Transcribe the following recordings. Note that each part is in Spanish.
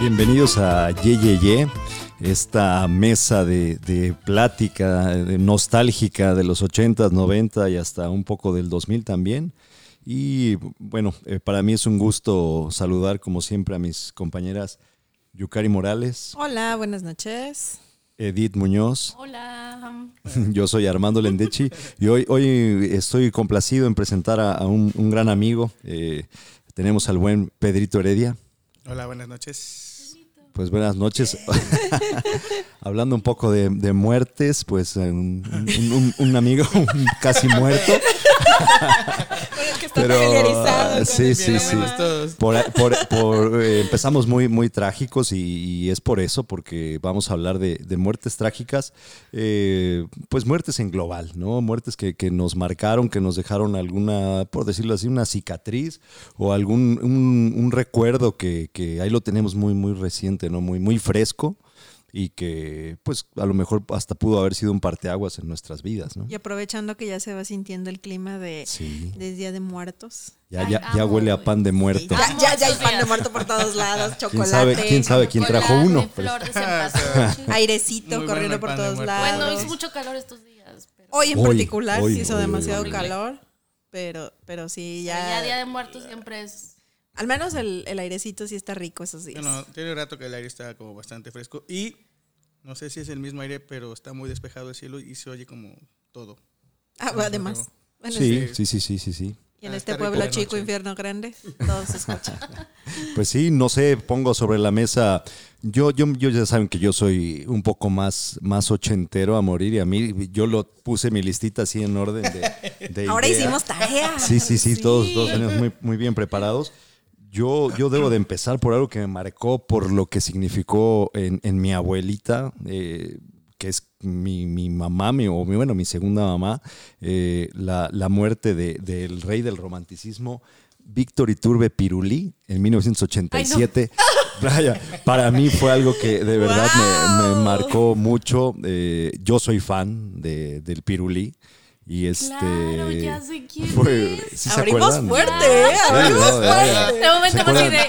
Bienvenidos a Yeyeye, esta mesa de, de plática de nostálgica de los 80s, 90 y hasta un poco del 2000 también. Y bueno, eh, para mí es un gusto saludar como siempre a mis compañeras Yukari Morales, Hola, buenas noches. Edith Muñoz, Hola. yo soy Armando Lendechi y hoy, hoy estoy complacido en presentar a, a un, un gran amigo. Eh, tenemos al buen Pedrito Heredia. Hola, buenas noches. Pues buenas noches. Hablando un poco de, de muertes, pues un, un- un- un amigo un casi muerto. que está Pero ah, familiarizado con sí, el sí, Bien, sí. buenos todos. Por, por- por, eh, empezamos muy, muy trágicos y, y es por eso, porque vamos a hablar de, de muertes trágicas, eh, pues muertes en global, ¿no? Muertes que, que nos marcaron, que nos dejaron alguna, por decirlo así, una cicatriz o algún un, un recuerdo que, que ahí lo tenemos muy, muy reciente, ¿no? Muy, muy fresco y que pues a lo mejor hasta pudo haber sido un parteaguas en nuestras vidas, ¿no? Y aprovechando que ya se va sintiendo el clima de, Sí. del Día de Muertos. Ya, Ay, ya, ya amo, huele a güey. pan de muerto. Ya, ya, ya hay Muchos pan de días. muerto por todos lados, ¿Quién chocolate, sabe, quién sabe quién trajo Chocolate, uno? Pero- Flor de cempasúchil. airecito Muy bueno corriendo el por pan de todos muerto. lados. bueno, hizo mucho calor estos días. Pero Hoy en Hoy, particular hoy, sí hizo hoy, demasiado hoy. calor, pero, pero sí, ya, ya, Día de Muertos siempre es. Al menos el, el airecito sí está rico esos días. Bueno, tiene rato que el aire está como bastante fresco y no sé si es el mismo aire, pero está muy despejado el cielo y se oye como todo. ah, bueno, además. Bueno, Sí, sí, sí. sí, sí, sí, sí. Y en Ah, este está rico pueblo de chico, noche. infierno grande, todo se escucha. Pues sí, no sé, pongo sobre la mesa. Yo, yo, yo ya saben que yo soy un poco más, más ochentero a morir y a mí yo lo puse mi listita así en orden de, de Ahora idea. hicimos tarea. Sí, sí, sí, todos, todos tenemos muy, muy bien preparados. Yo, yo debo de empezar por algo que me marcó, por lo que significó en, en mi abuelita, eh, que es mi, mi mamá, mi, o mi, bueno, mi segunda mamá, eh, la, la muerte de- del rey del romanticismo, Víctor Iturbe Pirulí, en 1987. Vaya, para mí fue algo que de verdad me- me, ¡Guau! marcó mucho. Eh, yo soy fan de, del Pirulí. Y este. Claro, ya sé quién Fue- es. ¿sí se Abrimos acuerdan? fuerte, ¿eh? Sí, Abrimos no, vaya. De momento ¿Se más así acuerdan? de,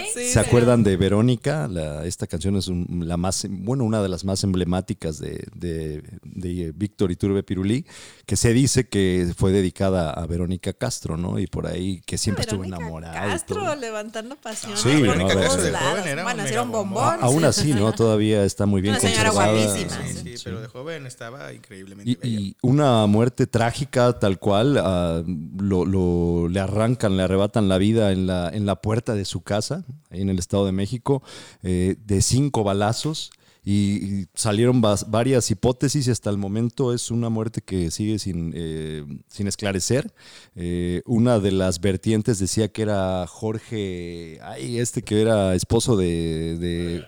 ok. Sí, ¿Se sí. acuerdan de Verónica? La- esta canción es un- la más, bueno, una de las más emblemáticas de, de, de Víctor Iturbe Pirulí, que se dice que fue dedicada a Verónica Castro, ¿no? Y por ahí que siempre estuvo Verónica enamorada. y Castro todo. levantando pasión. Sí, por no, todos eso de lados. joven era bueno, un sí era un mega bombón. bombón. A- aún así, ¿no? Todavía está muy bien Una señora conservada. guapísima. Sí, Sí, sí, pero de joven estaba increíblemente Y, bella. y una muerte trágica tal cual, ah, lo, lo- le arrancan, le arrebatan la vida en la, en la puerta de su casa, ahí en el Estado de México, eh, de cinco balazos y, y salieron vas- varias hipótesis y hasta el momento es una muerte que sigue sin, eh, sin esclarecer. Eh, una de las vertientes decía que era Jorge, ay, este que era esposo de... de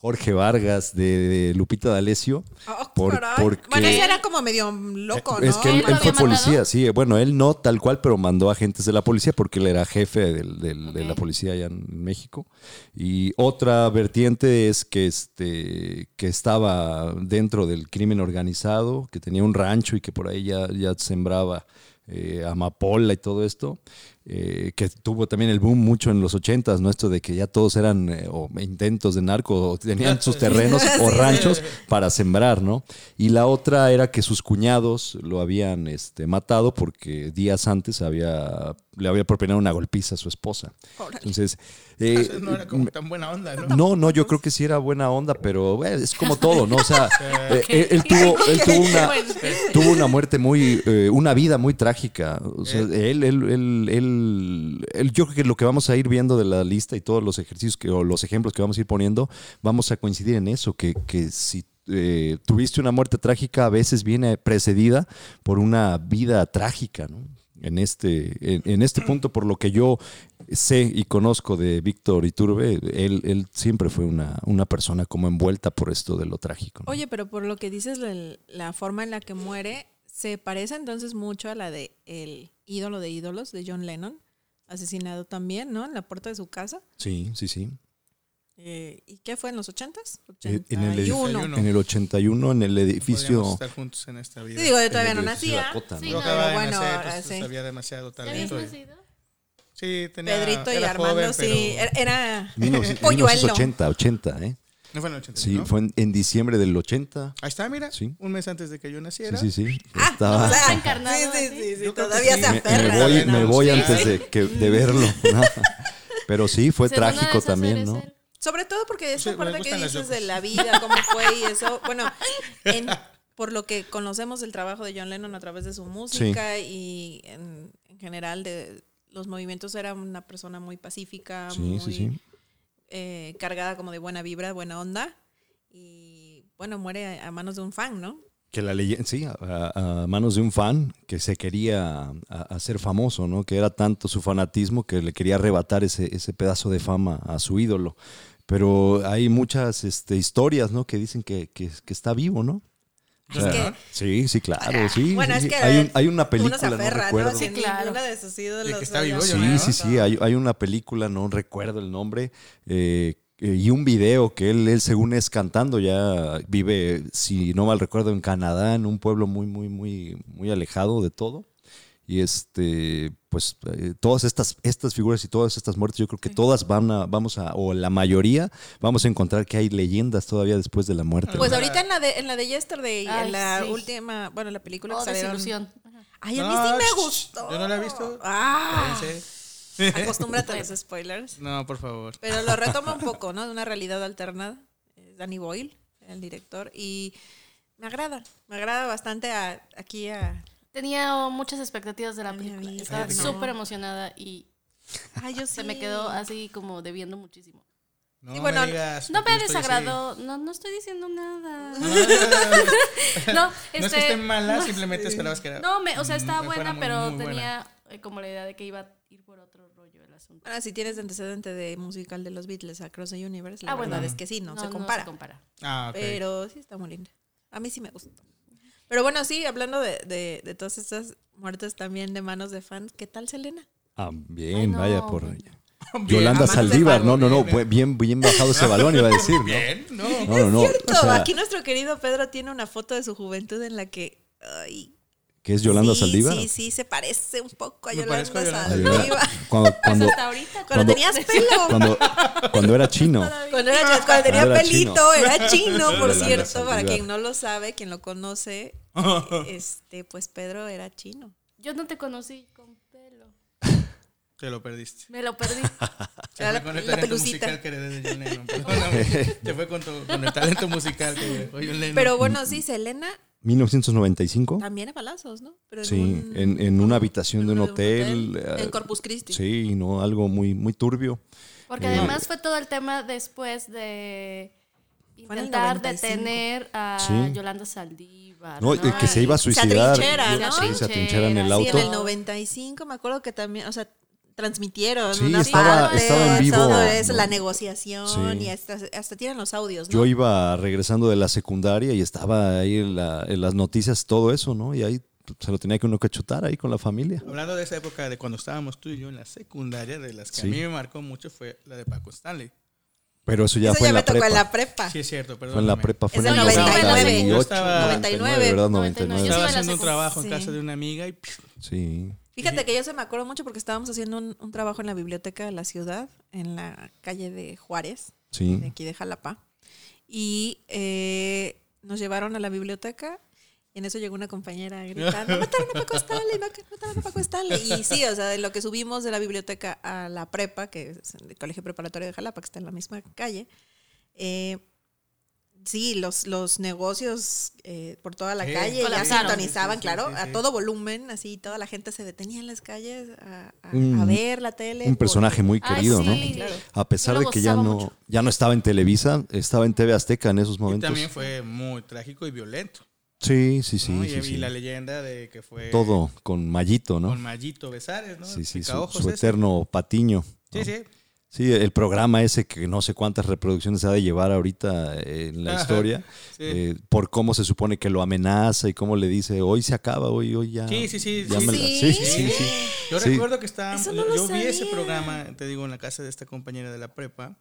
Jorge Vargas de, de Lupita D'Alessio. Oh, Ah, por- caray. porque- Bueno, ese era como medio loco, ¿no? es que él, ¿Él lo él fue había mandado? policía, sí. Bueno, él no tal cual, pero mandó agentes de la policía porque él era jefe del- del- de la Ok. policía allá en México. Y otra vertiente es que, este, que estaba dentro del crimen organizado, que tenía un rancho y que por ahí ya, ya sembraba eh, amapola y todo esto. eh, que tuvo también el boom mucho en los ochentas, ¿no? Esto de que ya todos eran eh, o intentos de narco, o tenían sus terrenos o ranchos para sembrar, ¿no? Y la otra era que sus cuñados lo habían este, matado porque días antes había, le había propinado una golpiza a su esposa. Entonces, eh, No era como tan buena onda, ¿no? no, no, yo creo que sí era buena onda, pero eh, es como todo, ¿no? O sea, eh, él, él tuvo, él tuvo una, tuvo una muerte muy, eh, una vida muy trágica. O sea, él, él, él, él, él- yo creo que lo que vamos a ir viendo de la lista y todos los ejercicios que, o los ejemplos que vamos a ir poniendo, vamos a coincidir en eso, que, que si eh, tuviste una muerte trágica, a veces viene precedida por una vida trágica, ¿no? en este, en, en este punto, por lo que yo sé y conozco de Víctor Iturbe, él, él siempre fue una, una persona como envuelta por esto de lo trágico. ¿no? Oye, pero por lo que dices, la, la forma en la que muere se parece entonces mucho a la de el ídolo de ídolos de John Lennon, asesinado también, ¿no? En la puerta de su casa. Sí, sí, sí. Eh, ¿Y qué fue en los ochentas? Eh, En el, edif- 81. en el 81, en el Podríamos edificio... estar juntos en esta vida. Sí, digo, yo todavía no en el nacía. Dakota, ¿no? Sí, Yo no, acababa pero de bueno, nacer, ahora entonces sí. había demasiado ¿Ya habías talento. nacido? Sí, tenía. Pedrito y era Armando, joven, sí. pero- Era, era 19- polluelo. 1980, 80, ¿eh? No fue en el 80. Sí, ¿no? fue en, en diciembre del 80. Ahí está, mira. Sí. Un mes antes de que yo Sí, naciera. sí, sí. Ah, Estaba- o sea, Está encarnado, Sí, sí, así. sí, sí, Yo creo que todavía sí. se me, me aferra. voy, me voy Sí. antes de, que, de verlo. Pero sí, fue Según una de trágico esas también, eres ¿no? él. Sobre todo porque Sí, esa me parte que gustan las dices locas. de la vida, cómo fue y eso, bueno, en- por lo que conocemos del trabajo de John Lennon a través de su música y en, en general de los movimientos, era una persona muy pacífica, Sí, muy sí, sí. eh, cargada como de buena vibra, buena onda. Y bueno, muere a, a manos de un fan, ¿no? Que la leyenda, sí, a- a, a manos de un fan que se quería a- hacer famoso, ¿no? Que era tanto su fanatismo que le quería arrebatar ese, ese pedazo de fama a su ídolo. Pero hay muchas este, historias, ¿no? Que dicen que, que- que está vivo, ¿no? Es que- sí, sí, claro, sí. bueno, sí, es sí. que hay, un- hay una uno película, se aferra, no ¿no? recuerdo. Si Sí, claro. ninguna de sus ídolos. que está vivo, haya- yo Sí, ¿no? sí, sí. Hay, hay una película, no recuerdo el nombre, eh, eh, y un video que él, él, según es cantando, ya vive, si no mal recuerdo, en Canadá, en un pueblo muy, muy, muy, muy alejado de todo. Y este, pues eh, todas estas, estas figuras y todas estas muertes, yo creo que todas van a, vamos a, o la mayoría, vamos a encontrar que hay leyendas todavía después de la muerte. Pues ¿no? ahorita en la de, en la de Yesterday, Ay, en la sí. última, bueno, la película Oh, que salieron. desilusión. Ay, a mí No, sí sh- me gustó. yo no la he visto. Ah, Ese- acostúmbrate a los spoilers. No, por favor. Pero lo retoma un poco, ¿no? De una realidad alternada. Es Danny Boyle, el director. Y me agrada, me agrada bastante a- aquí a... Tenía oh, muchas expectativas de la Ay, película. amiga, Estaba no. súper emocionada y Ay, yo sí. se me quedó así como debiendo muchísimo. No Y bueno, me digas, No yo me estoy así. desagradó, no, no estoy diciendo nada. No, no, no, Ah. no, no. No, No es que este, esté mala, simplemente esperabas que era. No, me, o sea, estaba Mm, buena, fuera muy, pero muy tenía eh, como la idea de que iba a ir por otro rollo el asunto. Ahora, si tienes antecedente de musical de los Beatles, Across the Universe, la Ah, bueno. verdad es que sí, no, se compara. Ah, ok. Pero sí está muy linda. A mí sí me gustó. Pero bueno, sí, hablando de, de, de todas estas muertes también de manos de fans, ¿qué tal Selena? Ah, bien, Ay, no, vaya por bueno. Yolanda a manos de Saldívar, no, Pablo, no, no, bien, ¿eh? bien, bien, bajado ese balón iba a decir, ¿no? Bien, no. No, no, no. o Cierto, sea, aquí nuestro querido Pedro tiene una foto de su juventud en la que. Ay, que es Yolanda sí, Saldívar. Sí, sí, se parece un poco a Me Yolanda parezco a Yolanda. Ay, Yolanda. Saldívar. Cuando, Pues cuando, hasta ahorita. Cuando Cuando- tenías pelo. cuando, cuando era chino. Cuando, era, cuando tenía era pelito, chino. era chino, por Yolanda cierto. Para Saldívar. quien no lo sabe, quien lo conoce, este, pues Pedro era chino. Yo no te conocí con pelo. Te lo perdiste. Me lo perdí. Se Era fue la- con el la talento pelucita. musical que heredé de John Lennon. perdóname. Se fue con, tu- con el talento musical que heredó John Lennon. Pero Mm, bueno, sí, Selena 1995. también a balazos, ¿no? Pero en Sí, un- en, en una habitación de un en hotel. eh, En Corpus Christi. Sí, no, algo muy, muy turbio. Porque Eh. además fue todo el tema después de Fue en el intentar 95. detener a Sí. Yolanda Saldívar. No, de que se iba a Ah, Se suicidar. atrinchera, ¿no? Sí, se atrinchera en el Sí, Sí, en el auto. no- 95 me acuerdo que también, o sea, transmitieron Sí, una estaba- parte, estaba en vivo, todo eso, ¿no? la negociación Sí. y hasta, hasta tienen los audios, ¿no? Yo iba regresando de la secundaria y estaba ahí en, la- en las noticias todo eso, ¿no? Y ahí se lo tenía que uno cachutar ahí con la familia. Hablando de esa época de cuando estábamos tú y yo en la secundaria, de las que Sí. a mí me marcó mucho fue la de Paco Stanley. Pero eso ya Eso fue ya en me la tocó en prepa. la prepa. Sí, es cierto, perdón. Fue en la prepa, fue Es en el del 99. 98, Yo 99. ¿verdad? 99. Yo 99. sí Estaba iba a la haciendo un secu- trabajo sí. en casa de una amiga y ¡piu! Sí. Fíjate que yo se me acuerdo mucho porque estábamos haciendo un, un trabajo en la biblioteca de la ciudad, en la calle de Juárez, Sí. de aquí de Jalapa, y eh, nos llevaron a la biblioteca. Y en eso llegó una compañera gritando, mataron a Paco Stanley, mac- mataron a Paco Stanley. Y sí, o sea, de lo que subimos de la biblioteca a la prepa, que es el Colegio Preparatorio de Jalapa, que está en la misma calle, eh, sí, los, los negocios eh, por toda la Sí, calle ya colapsaron. sintonizaban, Sí, sí, sí, claro, sí, sí. a todo volumen, así toda la gente se detenía en las calles a, a- Un- a ver la tele. Un personaje muy Ay, querido, Ah, sí, ¿no? claro. A pesar Yo de lo que ya gozaba no, mucho. ya no estaba en Televisa, estaba en TV Azteca en esos Y momentos. también fue muy trágico y violento. Sí, sí, sí. ¿no? y, sí, y sí. la leyenda de que fue Todo con Mallito, ¿no? con Mallito Besares, ¿no? sí, sí, su, Picaojos su ese. eterno patiño. ¿no? Sí, sí. Sí, el programa ese que no sé cuántas reproducciones ha de llevar ahorita eh, en la Ajá, historia, sí. eh, por cómo se supone que lo amenaza y cómo le dice, hoy se acaba, hoy, hoy ya. Sí, sí, sí, ya sí, me la- sí. sí, sí, sí, sí. Yo Sí. recuerdo que estaba. Eso no lo yo vi ese sabía. programa, te digo, en la casa de esta compañera de la prepa.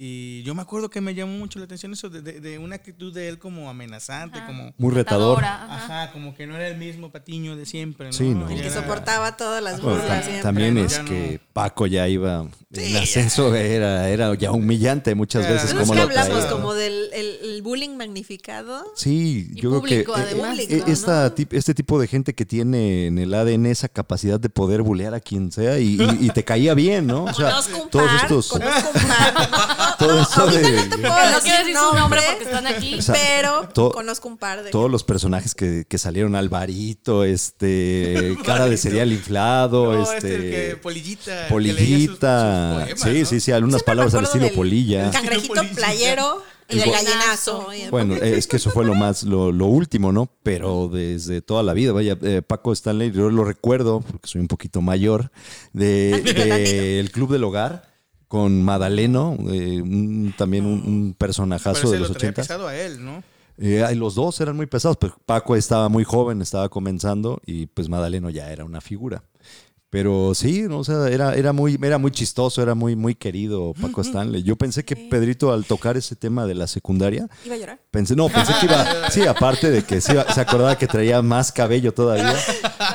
Y yo me acuerdo que me llamó mucho la atención eso de, de- de una actitud de él como amenazante, Ajá. como... Muy retador. Tratadora, ajá. Ajá, como que no era el mismo patiño de siempre, ¿no? Sí, no. Y El que era- soportaba todas las Bueno, burlas tam- siempre, también ¿no? es Ya no. que Paco ya iba en ascenso, era, era ya humillante muchas Claro. veces. Pero Creo como que lo hablamos traía. como del el- el bullying magnificado. Sí, Y yo público, creo que eh, además, eh, ¿no? esta tip- este tipo de gente que tiene en el ADN esa capacidad de poder bulear a quien sea y, y- y te caía bien, ¿no? O sea, Conozco un todos par, estos... conozco un par. No, Todo no, eso ahorita de- no te puedo Que no decir quiero decir su nombre porque están aquí. O sea, pero to- conozco un par de. Todos los personajes que, que salieron, Alvarito, este, cara de cereal inflado, No, este, este, el que polillita. el que leía polillita, sus- sus poemas, sí, ¿no? sí, sí, algunas Siempre me palabras al acuerdo estilo del- polilla. El cangrejito Polilla. playero y El el bo- gallinazo. y el- Bueno, eh, es que eso fue lo más, lo, lo último, ¿no? Pero desde toda la vida, vaya, eh, Paco Stanley, yo lo recuerdo, porque soy un poquito mayor, de, de El Club del Hogar con Madaleno, eh, un- también un, un Pero personajazo ese de los lo traía 80. pesado a él, ¿no? Eh, ay, los dos eran muy pesados, pero Paco estaba muy joven, estaba comenzando y pues Madaleno ya era una figura. Pero sí, no, o sea, era, era, muy, era muy chistoso, era muy, muy querido Paco Stanley. Yo pensé que Pedrito al tocar ese tema de la secundaria, Iba a llorar. Pensé, no, pensé que iba. Sí, aparte de que sí, se acordaba que traía más cabello todavía.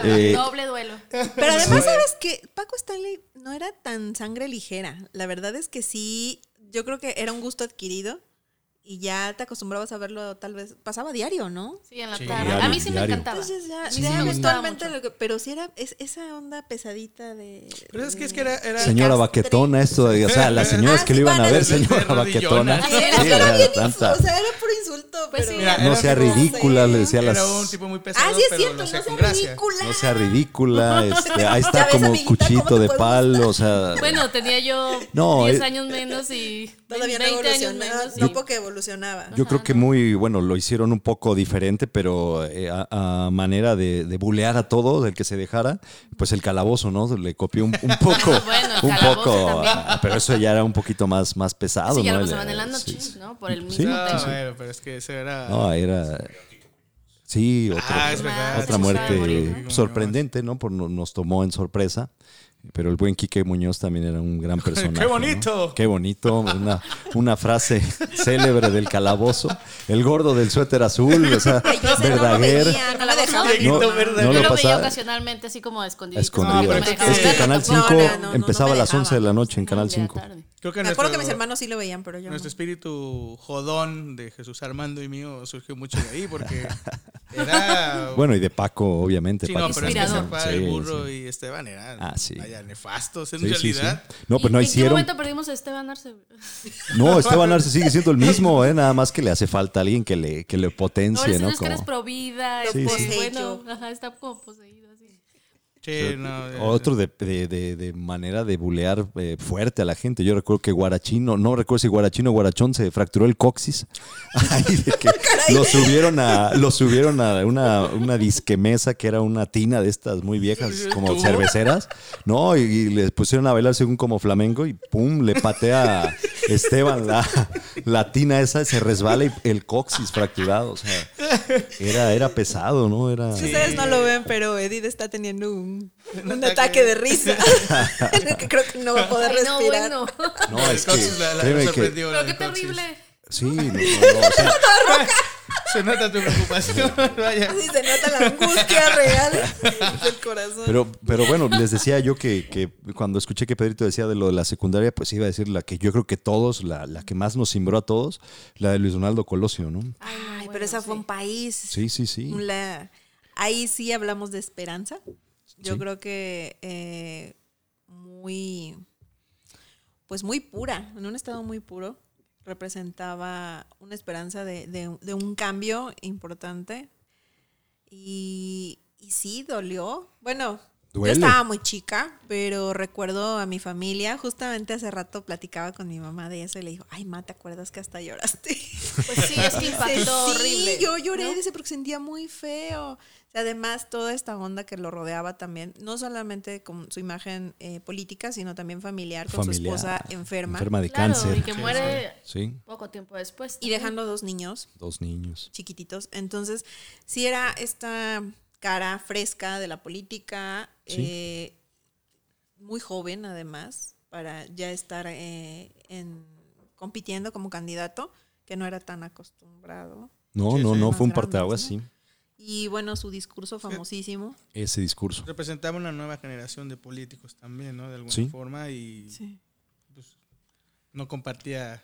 Eh, Doble duelo. Pero además, ¿sabes que Paco Stanley no era tan sangre ligera. La verdad es que sí, yo creo que era un gusto adquirido y ya te acostumbrabas a verlo, tal vez pasaba diario, ¿no? Sí, en la Sí. tarde. Diario, a mí sí diario. me encantaba. Entonces ya, Sí, ya sí me gustaba eventualmente, mucho. lo que- pero sí era es- esa onda pesadita de... Pero es que, de- es que era, era señora Baquetona, esto, de- o sea, Ah, las señoras que lo iban a ver, señora Baquetona. Ay, Sí, era, era era bien tanta. insu- o sea, era puro insulto, Pues pero- sí, era- No sea ridícula, le decía a las. Era un tipo muy pesado, Ah, sí es pero cierto, lo no hacía sea con gracia. ridícula. No sea ridícula, este, ahí Ya está ves, como amiguita, ¿cómo cuchito te de puedes palo, o sea. Bueno, tenía yo No, 10 eh, años menos y Todavía no 20 años evolucionaba, menos. y- no porque evolucionaba. Yo creo que muy, bueno, lo hicieron un poco diferente, pero eh, a, a manera de, de bulear a todos, el que se dejara, pues el calabozo, ¿no? Le copió un, un poco. Bueno, el un calabozo poco. también. ah, Pero eso ya era un poquito más, más pesado, Sí, ya ¿no? lo El- pasaban en las sí, noches, sí. ¿no? Por el mismo Sí, tema. Ah, bueno, pero es que ese era... No, era. Sí, otro- Ah, es verdad. otra sí, muerte sabe morir, ¿no? sorprendente, ¿no? Por, no- nos tomó en sorpresa. Pero el buen Quique Muñoz también era un gran personaje. ¡Qué ¿no? bonito! ¡Qué bonito! Una, una frase célebre del calabozo. El gordo del suéter azul, o sea, Ay, yo sé, no lo Verdaguer. veía, no lo dejaba. Dieguito No, Verdaguer. no lo Yo lo veía pasaba. ocasionalmente así como escondido. Escondido. No, pero es creo que, que- Canal 5 No, no, no, empezaba no a me las 11 de la dejaba. noche en Canal 5. Creo que Me nuestro- acuerdo que mis hermanos sí lo veían, pero yo no. Nuestro espíritu jodón de Jesús Armando y mío surgió mucho de ahí porque era... Bueno, y de Paco, obviamente. sí, Paco no, pero es que Stanley. Zafá, Sí, el burro sí. y Esteban eran Ah, sí. vaya, nefastos en Sí, sí, sí. realidad. No, pues no ¿Y ¿En qué hicieron momento perdimos este a Esteban Arce? No, Esteban Arce sigue siendo el mismo, ¿eh? nada más que le hace falta alguien que le, que le Ahora potencie, sí ¿no? es que eres Como- pro vida. Lo este, poseído. bueno, ajá, está como poseído así. Sí, no, eh, Otro de, de- de- de manera de bulear eh, fuerte a la gente. Yo recuerdo que Guarachino, no recuerdo si Guarachino o Guarachón se fracturó el coxis. Ay, de que lo subieron a, lo subieron a una, una disquemesa que era una tina de estas muy viejas, como ¿Tú? cerveceras, ¿no? Y, y le pusieron a bailar según como flamenco y pum, le patea a Esteban la, la tina esa, se resbala y el coxis fracturado. O sea, era, era pesado, ¿no? Era. Ustedes no lo ven, pero Edith está teniendo un, un Un ataque ataque. de risa. en el que creo que no va a poder Ay, no, respirar. bueno. No, el es que. coxis la- la- créeme que- sorprendió, la Pero qué del coxis. terrible. Sí, no, no, no, o sea, Se nota tu preocupación. Vaya. Así se nota la angustia real del corazón. pero, pero bueno, les decía yo que, que cuando escuché que Pedrito decía de lo de la secundaria, pues iba a decir la que yo creo que todos, la, la que más nos cimbró a todos, la de Luis Donaldo Colosio, ¿no? Ay, no, Ay, pero bueno, esa fue sí. un país. Sí, sí, sí. La- ahí sí hablamos de esperanza. Yo Sí. creo que eh, muy, pues muy pura, en un estado muy puro, representaba una esperanza de, de- de un cambio importante. Y, y sí, dolió. Bueno, Duele. yo estaba muy chica, pero recuerdo a mi familia, justamente hace rato platicaba con mi mamá de eso y le dijo, ay, ma, ¿te acuerdas que hasta lloraste? Pues sí, es que Sí, impactó horrible. yo lloré, ¿no? dice, porque sentía muy feo. O sea, además, toda esta onda que lo rodeaba también, no solamente con su imagen eh, política, sino también familiar, con Familiar, su esposa enferma, Enferma de Claro, cáncer. y que muere Sí, poco tiempo después. y dejando dos niños dos niños. chiquititos. Entonces, sí era esta cara fresca de la política, Sí. eh, muy joven además, para ya estar eh, en- compitiendo como candidato, que no era tan acostumbrado. No, Sí, no, sí. no, Más fue un grande, parteaguas, sí. sí. Y bueno, su discurso famosísimo. Ese discurso. Representaba una nueva generación de políticos también, ¿no? De alguna Sí. forma y Sí. pues, no compartía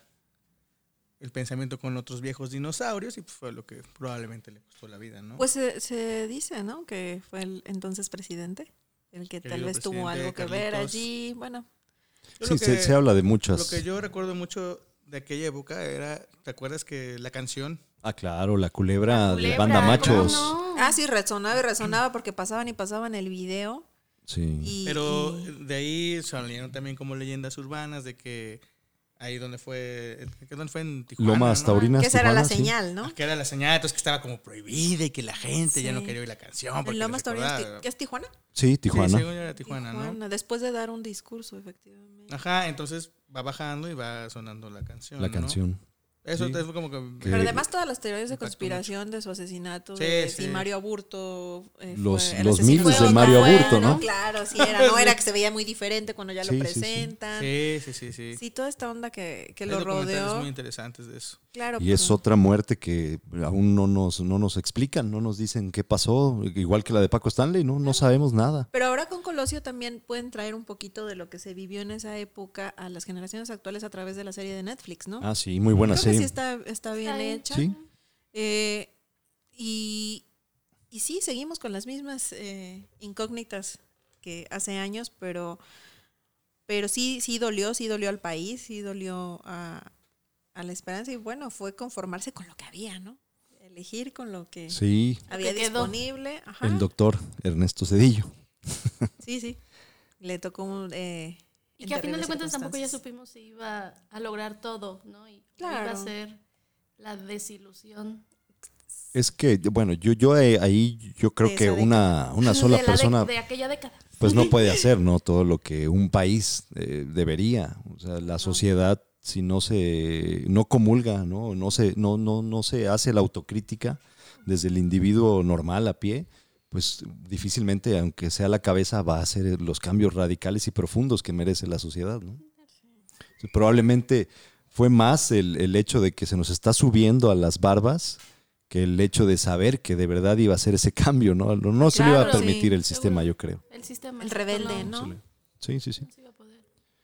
el pensamiento con otros viejos dinosaurios y pues fue lo que probablemente le costó la vida, ¿no? Pues se, se dice, ¿no? Que fue el entonces presidente, el que tal Querido vez tuvo presidente algo que ver Carlitos. allí. Bueno, Yo Sí, lo se, que- se habla de Lo muchas. que yo recuerdo mucho de aquella época era, ¿te acuerdas que la canción? Ah, claro, la culebra, Ah, de Culebra, banda ¿cómo machos. no? ah, sí, resonaba y resonaba porque pasaban y pasaban el video. Sí. Y, Pero eh, y- de ahí salieron también como leyendas urbanas de que ahí donde fue, que donde fue en Tijuana, Lomas ¿no? Taurinas. que esa era la Tijuana, sí. señal, ¿no? Ah, Que era la señal, entonces que estaba como prohibida y que la gente ya no Sí. quería oír la canción. Porque En Lomas les recordaba- Taurinas, ¿qué es Tijuana? Sí, Sí, Tijuana. según yo era Tijuana, ¿no? después de dar un discurso, efectivamente. Ajá, entonces va bajando y va sonando la canción. la ¿no? canción. Eso Sí. es como que. Que- Pero además todas las teorías de Impactó conspiración de su asesinato, Sí, de sí. si Mario Aburto eh, Los- fue el los asesino miles de otra Mario persona, Aburto, ¿no? Claro, sí era, no era que se veía muy diferente cuando ya Sí, lo sí, sí. presentan. Sí, Sí, sí, sí, sí. toda esta onda que, que Hay lo documentales rodeó. muy interesantes de eso. Claro, Y es pues, otra muerte que aún no nos, no nos explican, no nos dicen qué pasó, igual que la de Paco Stanley, no, no sabemos nada. Pero ahora con Colosio también pueden traer un poquito de lo que se vivió en esa época a las generaciones actuales a través de la serie de Netflix, ¿no? Ah, sí, muy buena Creo que sí serie. está, está bien bien. hecha. Sí, Eh, y, y sí, seguimos con las mismas eh, incógnitas que hace años, pero, pero sí, sí dolió, sí dolió al país, sí dolió a, a la esperanza y bueno, fue conformarse con lo que había, ¿no? Elegir con lo que sí, había que quedó. disponible. Ajá. el doctor Ernesto Cedillo. Sí, sí. Le tocó un... eh, Y en que a final de terribles cuentas tampoco ya circunstancias. supimos si iba a lograr todo, ¿no? Y Claro. iba a ser la desilusión. Es que, bueno, yo, yo eh, ahí yo creo De que esa una, una sola de la de- persona de aquella década. pues no puede hacer, ¿no? Todo lo que un país eh, debería. O sea, la sociedad, si no se, no comulga, ¿no? No se, no, no, no se hace la autocrítica desde el individuo normal a pie, pues difícilmente, aunque sea la cabeza, va a hacer los cambios radicales y profundos que merece la sociedad, ¿no? Probablemente fue más el, el hecho de que se nos está subiendo a las barbas que el hecho de saber que de verdad iba a hacer ese cambio, ¿no? No, no se le iba a Claro, sí, permitir el sistema, seguro. yo creo. El sistema. El rebelde, no, ¿no? Sí, sí, sí. se iba a poder.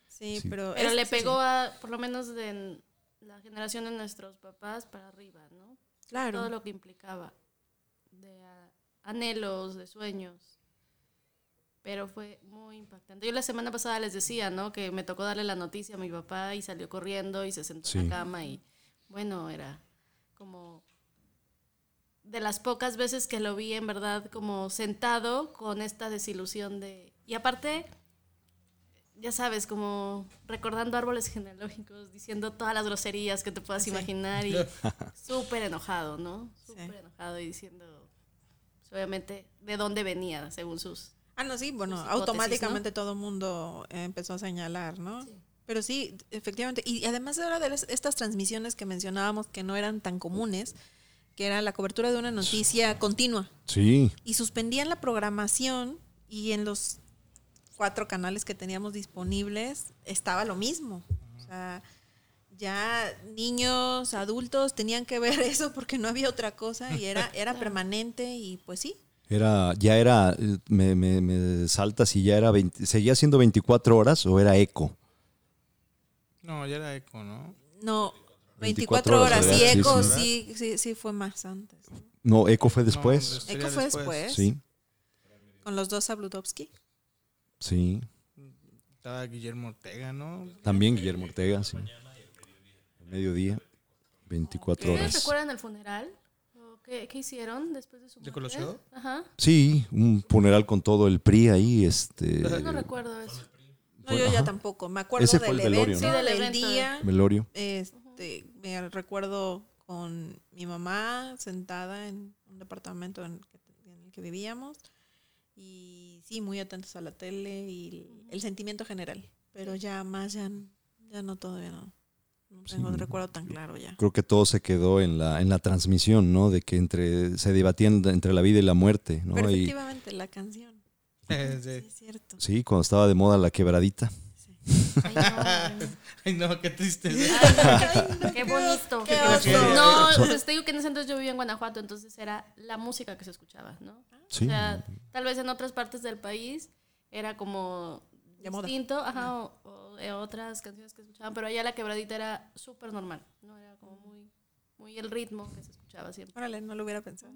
Sí, Sí. pero... Pero es- le sí, pegó a, por lo menos de en la generación de nuestros papás para arriba, ¿no? Claro. Todo lo que implicaba. De ah, anhelos, de sueños. Pero fue muy impactante. Yo la semana pasada les decía, ¿no? Que me tocó darle la noticia a mi papá y salió corriendo y se sentó en Sí. la cama y bueno, era como de las pocas veces que lo vi en verdad como sentado con esta desilusión de... Y aparte, ya sabes, como recordando árboles genealógicos, diciendo todas las groserías que te puedas Sí. imaginar y súper enojado, ¿no? Sí. Súper enojado y diciendo, pues, obviamente, de dónde venía, según sus... Ah, no, sí, bueno, hipótesis, automáticamente todo el mundo eh, empezó a señalar, ¿no? Pero sí, efectivamente. Y además ahora de las- estas transmisiones que mencionábamos que no eran tan comunes, que era la cobertura de una noticia continua. Sí, Y suspendían la programación y en los cuatro canales que teníamos disponibles estaba lo mismo. O sea, ya niños, adultos tenían que ver eso porque no había otra cosa y era, era permanente y pues sí, era, ya era, eh, me, me, me salta si ya era, 20 seguía siendo 24 horas o era eco. No, ya era eco, ¿no? No, 24 24 horas, horas. Y ¿verdad? Sí, Eco sí. sí, sí, sí fue más antes. ¿no? No, eco fue No, después. sería Eco fue después. sí, Con los dos Zabludovsky. sí. Estaba Guillermo Ortega, ¿no? También Guillermo Ortega, sí. Mediodía, 24 ¿Ustedes horas. recuerdan el funeral? ¿O ¿Qué, qué hicieron después de su ¿De muerte? Colosio? Ajá. Sí, un funeral con todo el PRI ahí, este, Yo no recuerdo eso. No, Fue- yo ya ajá. tampoco. Me acuerdo Ese fue del el velorio, evento, ¿no? Sí, del del, evento. día. velorio. Este, me recuerdo con mi mamá sentada en un departamento en, en el que vivíamos. Y sí, muy atentos a la tele y el, el sentimiento general. Pero ya más, ya, ya no, todavía no. No Sí, tengo un no. recuerdo tan claro ya. Creo que todo se quedó en la, en la transmisión, ¿no? De que entre, se debatían entre la vida y la muerte, ¿no? Pero Y, efectivamente, la canción. Eh, Sí, de- es cierto. sí, cuando estaba de moda la quebradita. Sí. Ay, no. Ay, no, qué triste. Qué bonito. Qué oso. No, pues te digo que en ese entonces yo vivía en Guanajuato, entonces era la música que se escuchaba, ¿no? Sí. O sea, tal vez en otras partes del país era como Ya moda. distinto, ajá, o, o de otras canciones que escuchaban, pero allá la quebradita era súper normal, ¿no? Era como muy, muy el ritmo que se escuchaba siempre. Órale, no lo hubiera pensado.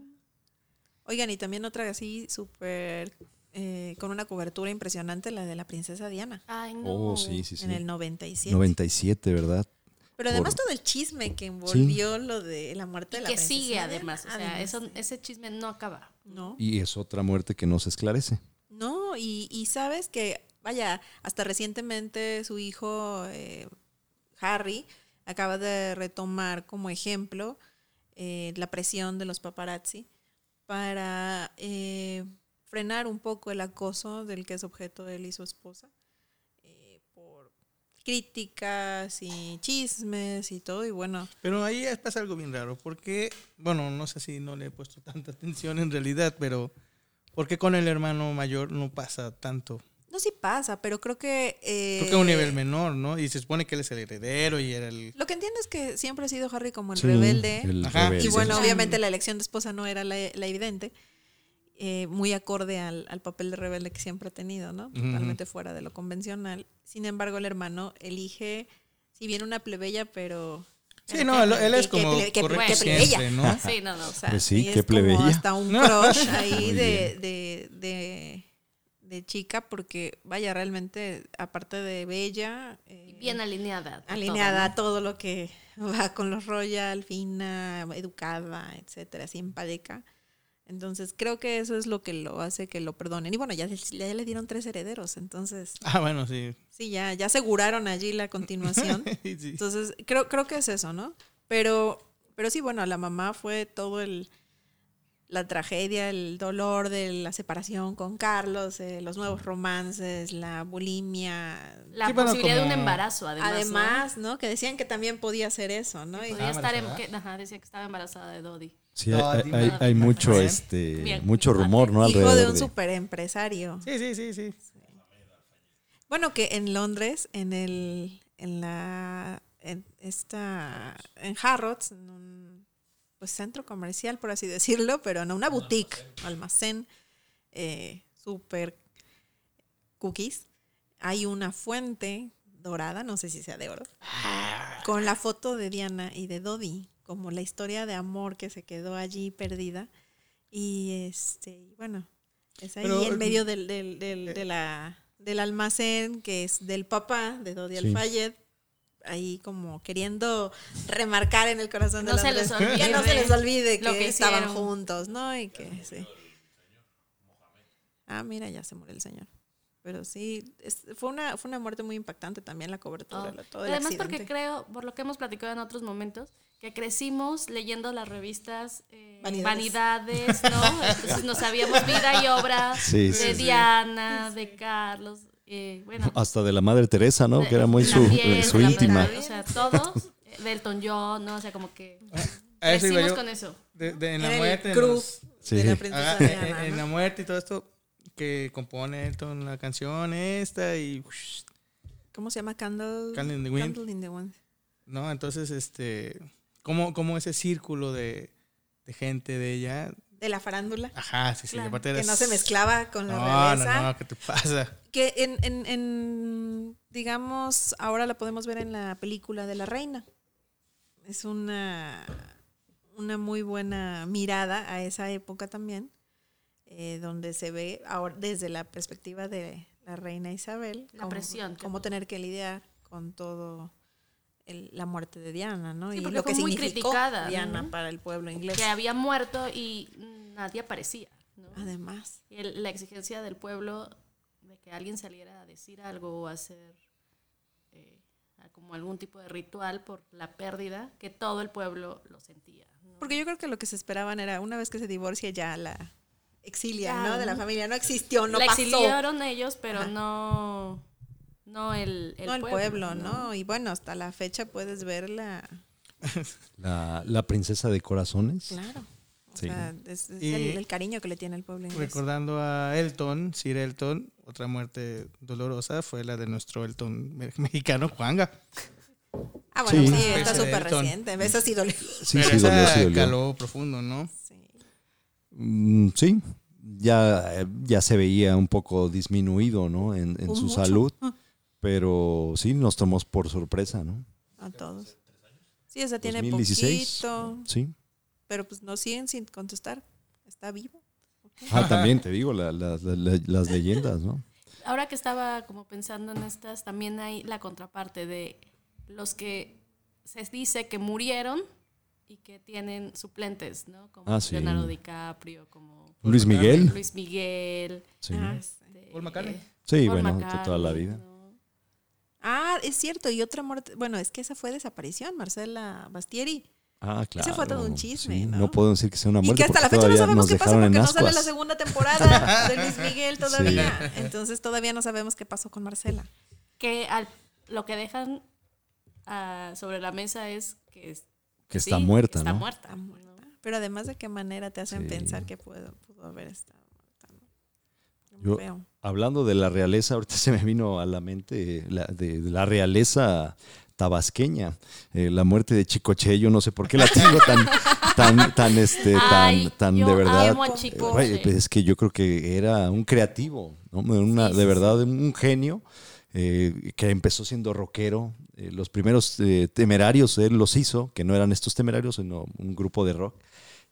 Oigan, y también otra así súper. eh, con una cobertura impresionante, la de la princesa Diana, Ay, no. Oh, sí, sí, sí. en el 97. 97, ¿verdad? Pero además Por- todo el chisme que envolvió lo de la muerte de Y la que princesa sigue Diana, además, o sea, además, eso, sí. ese chisme no acaba. No, Y es otra muerte que no se esclarece. no, y, y sabes que, vaya, hasta recientemente su hijo eh, Harry acaba de retomar como ejemplo eh, la presión de los paparazzi para eh, frenar un poco el acoso del que es objeto él y su esposa eh, por críticas y chismes y todo y bueno Pero ahí pasa algo bien raro, porque, bueno, no sé si no le he puesto tanta atención en realidad, pero porque con el hermano mayor no pasa tanto. No, sí pasa, pero creo que. eh, Creo que a un nivel menor, ¿no? Y se supone que él es el heredero y era el... Lo que entiendo es que siempre ha sido Harry como el Sí, rebelde. el Ajá. rebelde. y bueno, sí. obviamente la elección de esposa no era la, la evidente. eh, muy acorde al, al papel de rebelde que siempre ha tenido, ¿no? Totalmente fuera de lo convencional. Sin embargo, el hermano elige, si bien una plebeya, pero. Sí, no, él, él es que- que como ple- que- que correcto plebeya. siempre, ¿no? Sí, no, no. O sea, Pues sí, y qué es como plebeya. hasta un crush ahí de, de, de, de chica, porque vaya, realmente, aparte de bella. eh, Bien alineada. todo, alineada ¿no? a todo lo que va con los royal, fina, educada, etcétera, simpática. Entonces creo que eso es lo que lo hace que lo perdonen. Y bueno, ya, ya le dieron tres herederos, entonces Ah, bueno, sí. sí, ya, ya aseguraron allí la continuación. Sí. Entonces creo, creo que es eso, ¿no? Pero, pero sí, bueno, la mamá fue todo el la tragedia, el dolor de la separación con Carlos, eh, los nuevos romances, la bulimia, La Sí, bueno, posibilidad de un como- embarazo, además. ¿no? Además, ¿no? Que decían que también podía ser eso, ¿no? Y- Ah, Podía estar en, embarazada. que- ajá, decía que estaba embarazada de Dodi. Sí, No, hay, dime. hay- hay mucho, Bien. este, Bien. mucho rumor, ¿no? hijo de Alrededor un de- superempresario. Sí, sí, sí, sí. Bueno, que en Londres, en el, en la, en esta, en Harrods, en un pues, centro comercial, por así decirlo, pero no una boutique, almacén, eh, super cookies. Hay una fuente dorada, no sé si sea de oro, con la foto de Diana y de Dodi, como la historia de amor que se quedó allí perdida. Y este, bueno, es ahí Pero- en medio del, del- del- de la, del almacén que es del papá de Dodi Sí. Alfayet, ahí como queriendo remarcar en el corazón de No la se les otra- olvide. que no se les olvide que, lo que estaban hicieron. juntos, ¿no? Y que sí. Ah, mira, ya se murió el señor. Pero sí, es- fue, una, fue una muerte muy impactante también la cobertura, Oh. lo- todo el Además, accidente. porque creo, por lo que hemos platicado en otros momentos, que crecimos leyendo las revistas eh, Vanidades. Vanidades. ¿no? Entonces nos sabíamos vida y obra Sí, de sí, sí. Diana, de Carlos, eh, bueno, Hasta de la madre Teresa, ¿no? Que era muy su, eh, también, su de la íntima. Ferrari, O sea, todos, eh, Delton John, ¿no? O sea, como que A eso iba crecimos yo. con eso. De, de- en Era la el muerte. en crew los- de la Sí. princesa Ajá, en, Diana, en ¿no? Ah, eh, la muerte y todo esto que compone Elton la canción esta y... ush, ¿Cómo se llama? Candle, Candle in the Wind. Candle in the Wind. ¿No? Entonces, este... ¿Cómo, cómo ese círculo de, de gente de ella? De la farándula, Ajá, sí, sí. Claro, aparte que eras- no se mezclaba con la Ah, No, realeza. no, no, ¿qué te pasa? Que en, en, en, digamos, ahora la podemos ver en la película de la reina. Es una, una muy buena mirada a esa época también, eh, donde se ve ahora desde la perspectiva de la reina Isabel, La presión. cómo tener que lidiar con todo el- la muerte de Diana, ¿no? Sí, y porque lo que fue muy significó criticada, Diana ¿no? para el pueblo inglés. Que había muerto y nadie aparecía, ¿no? Ah, Además, Y el- la exigencia del pueblo de que alguien saliera a decir algo o hacer eh, a- como algún tipo de ritual por la pérdida, que todo el pueblo lo sentía. ¿no? porque yo creo que lo que se esperaban era una vez que se divorcie ya la exilian, Ya, ¿no? De la ¿no? familia no existió, no la pasó. exiliaron ellos, pero Ajá. no, no el, el no el pueblo. pueblo, ¿no? Y bueno, hasta la fecha puedes verla. La, la princesa de corazones. Claro. O Sí. sea, es, es Y- el, el cariño que le tiene el pueblo inglés. Recordando a Elton, Sir Elton, otra muerte dolorosa fue la de nuestro Elton me- mexicano, Juanga. Ah, bueno, Sí. sí, está Ese de súper Elton. reciente. Esa sí dolió. Sí, Pero sí, esa dolió, sí, dolió. caló profundo, ¿no? Sí. Mm, sí, ya, eh, ya se veía un poco disminuido, ¿no? En, en Un su mucho. Ah. salud, pero sí nos tomó por sorpresa, ¿no? A todos. Sí, esa tiene 2016. poquito. Sí. Pero pues no siguen sin contestar. Está vivo. Ah, también te digo, la- la- la- la- las leyendas, ¿no? Ahora que estaba como pensando en estas, también hay la contraparte de los que se dice que murieron y que tienen suplentes, ¿no? Como Ah, sí. Leonardo DiCaprio, como Luis Miguel. Ah, Luis Miguel. Sí, este, Paul McCartney. Sí, Paul bueno, McCartney, toda la vida. ¿no? Ah, es cierto. Y otra muerte. Bueno, es que esa fue desaparición, Marcela Bastieri. Ah, claro. Ese fue todo un chisme, sí, ¿no? puedo decir que sea una Y muerte que hasta la porque fecha no todavía sabemos nos qué pasa dejaron porque en no sale ascuas. la segunda temporada de Luis Miguel todavía. Entonces todavía no sabemos qué pasó con Marcela. Que al- lo que dejan ah, sobre la mesa es que, es- Que está sí, muerta, está ¿no? muerta, Está ¿no? muerta. Pero además de qué manera te hacen Sí. pensar que pudo, pudo haber estado muerta. ¿no? Muy Yo- feo. Hablando de la realeza, ahorita se me vino a la mente eh, la, de, de la realeza tabasqueña, eh, la muerte de Chicoche, yo no sé por qué la tengo tan, tan, tan, este, tan, Ay, tan yo de verdad. amo a Eh, Chicoche. güey, pues es que yo creo que era un creativo, ¿no? Una- Sí, de sí, verdad, un genio. eh, que empezó siendo rockero. Eh, los primeros eh, temerarios él los hizo, que no eran estos temerarios, sino un grupo de rock.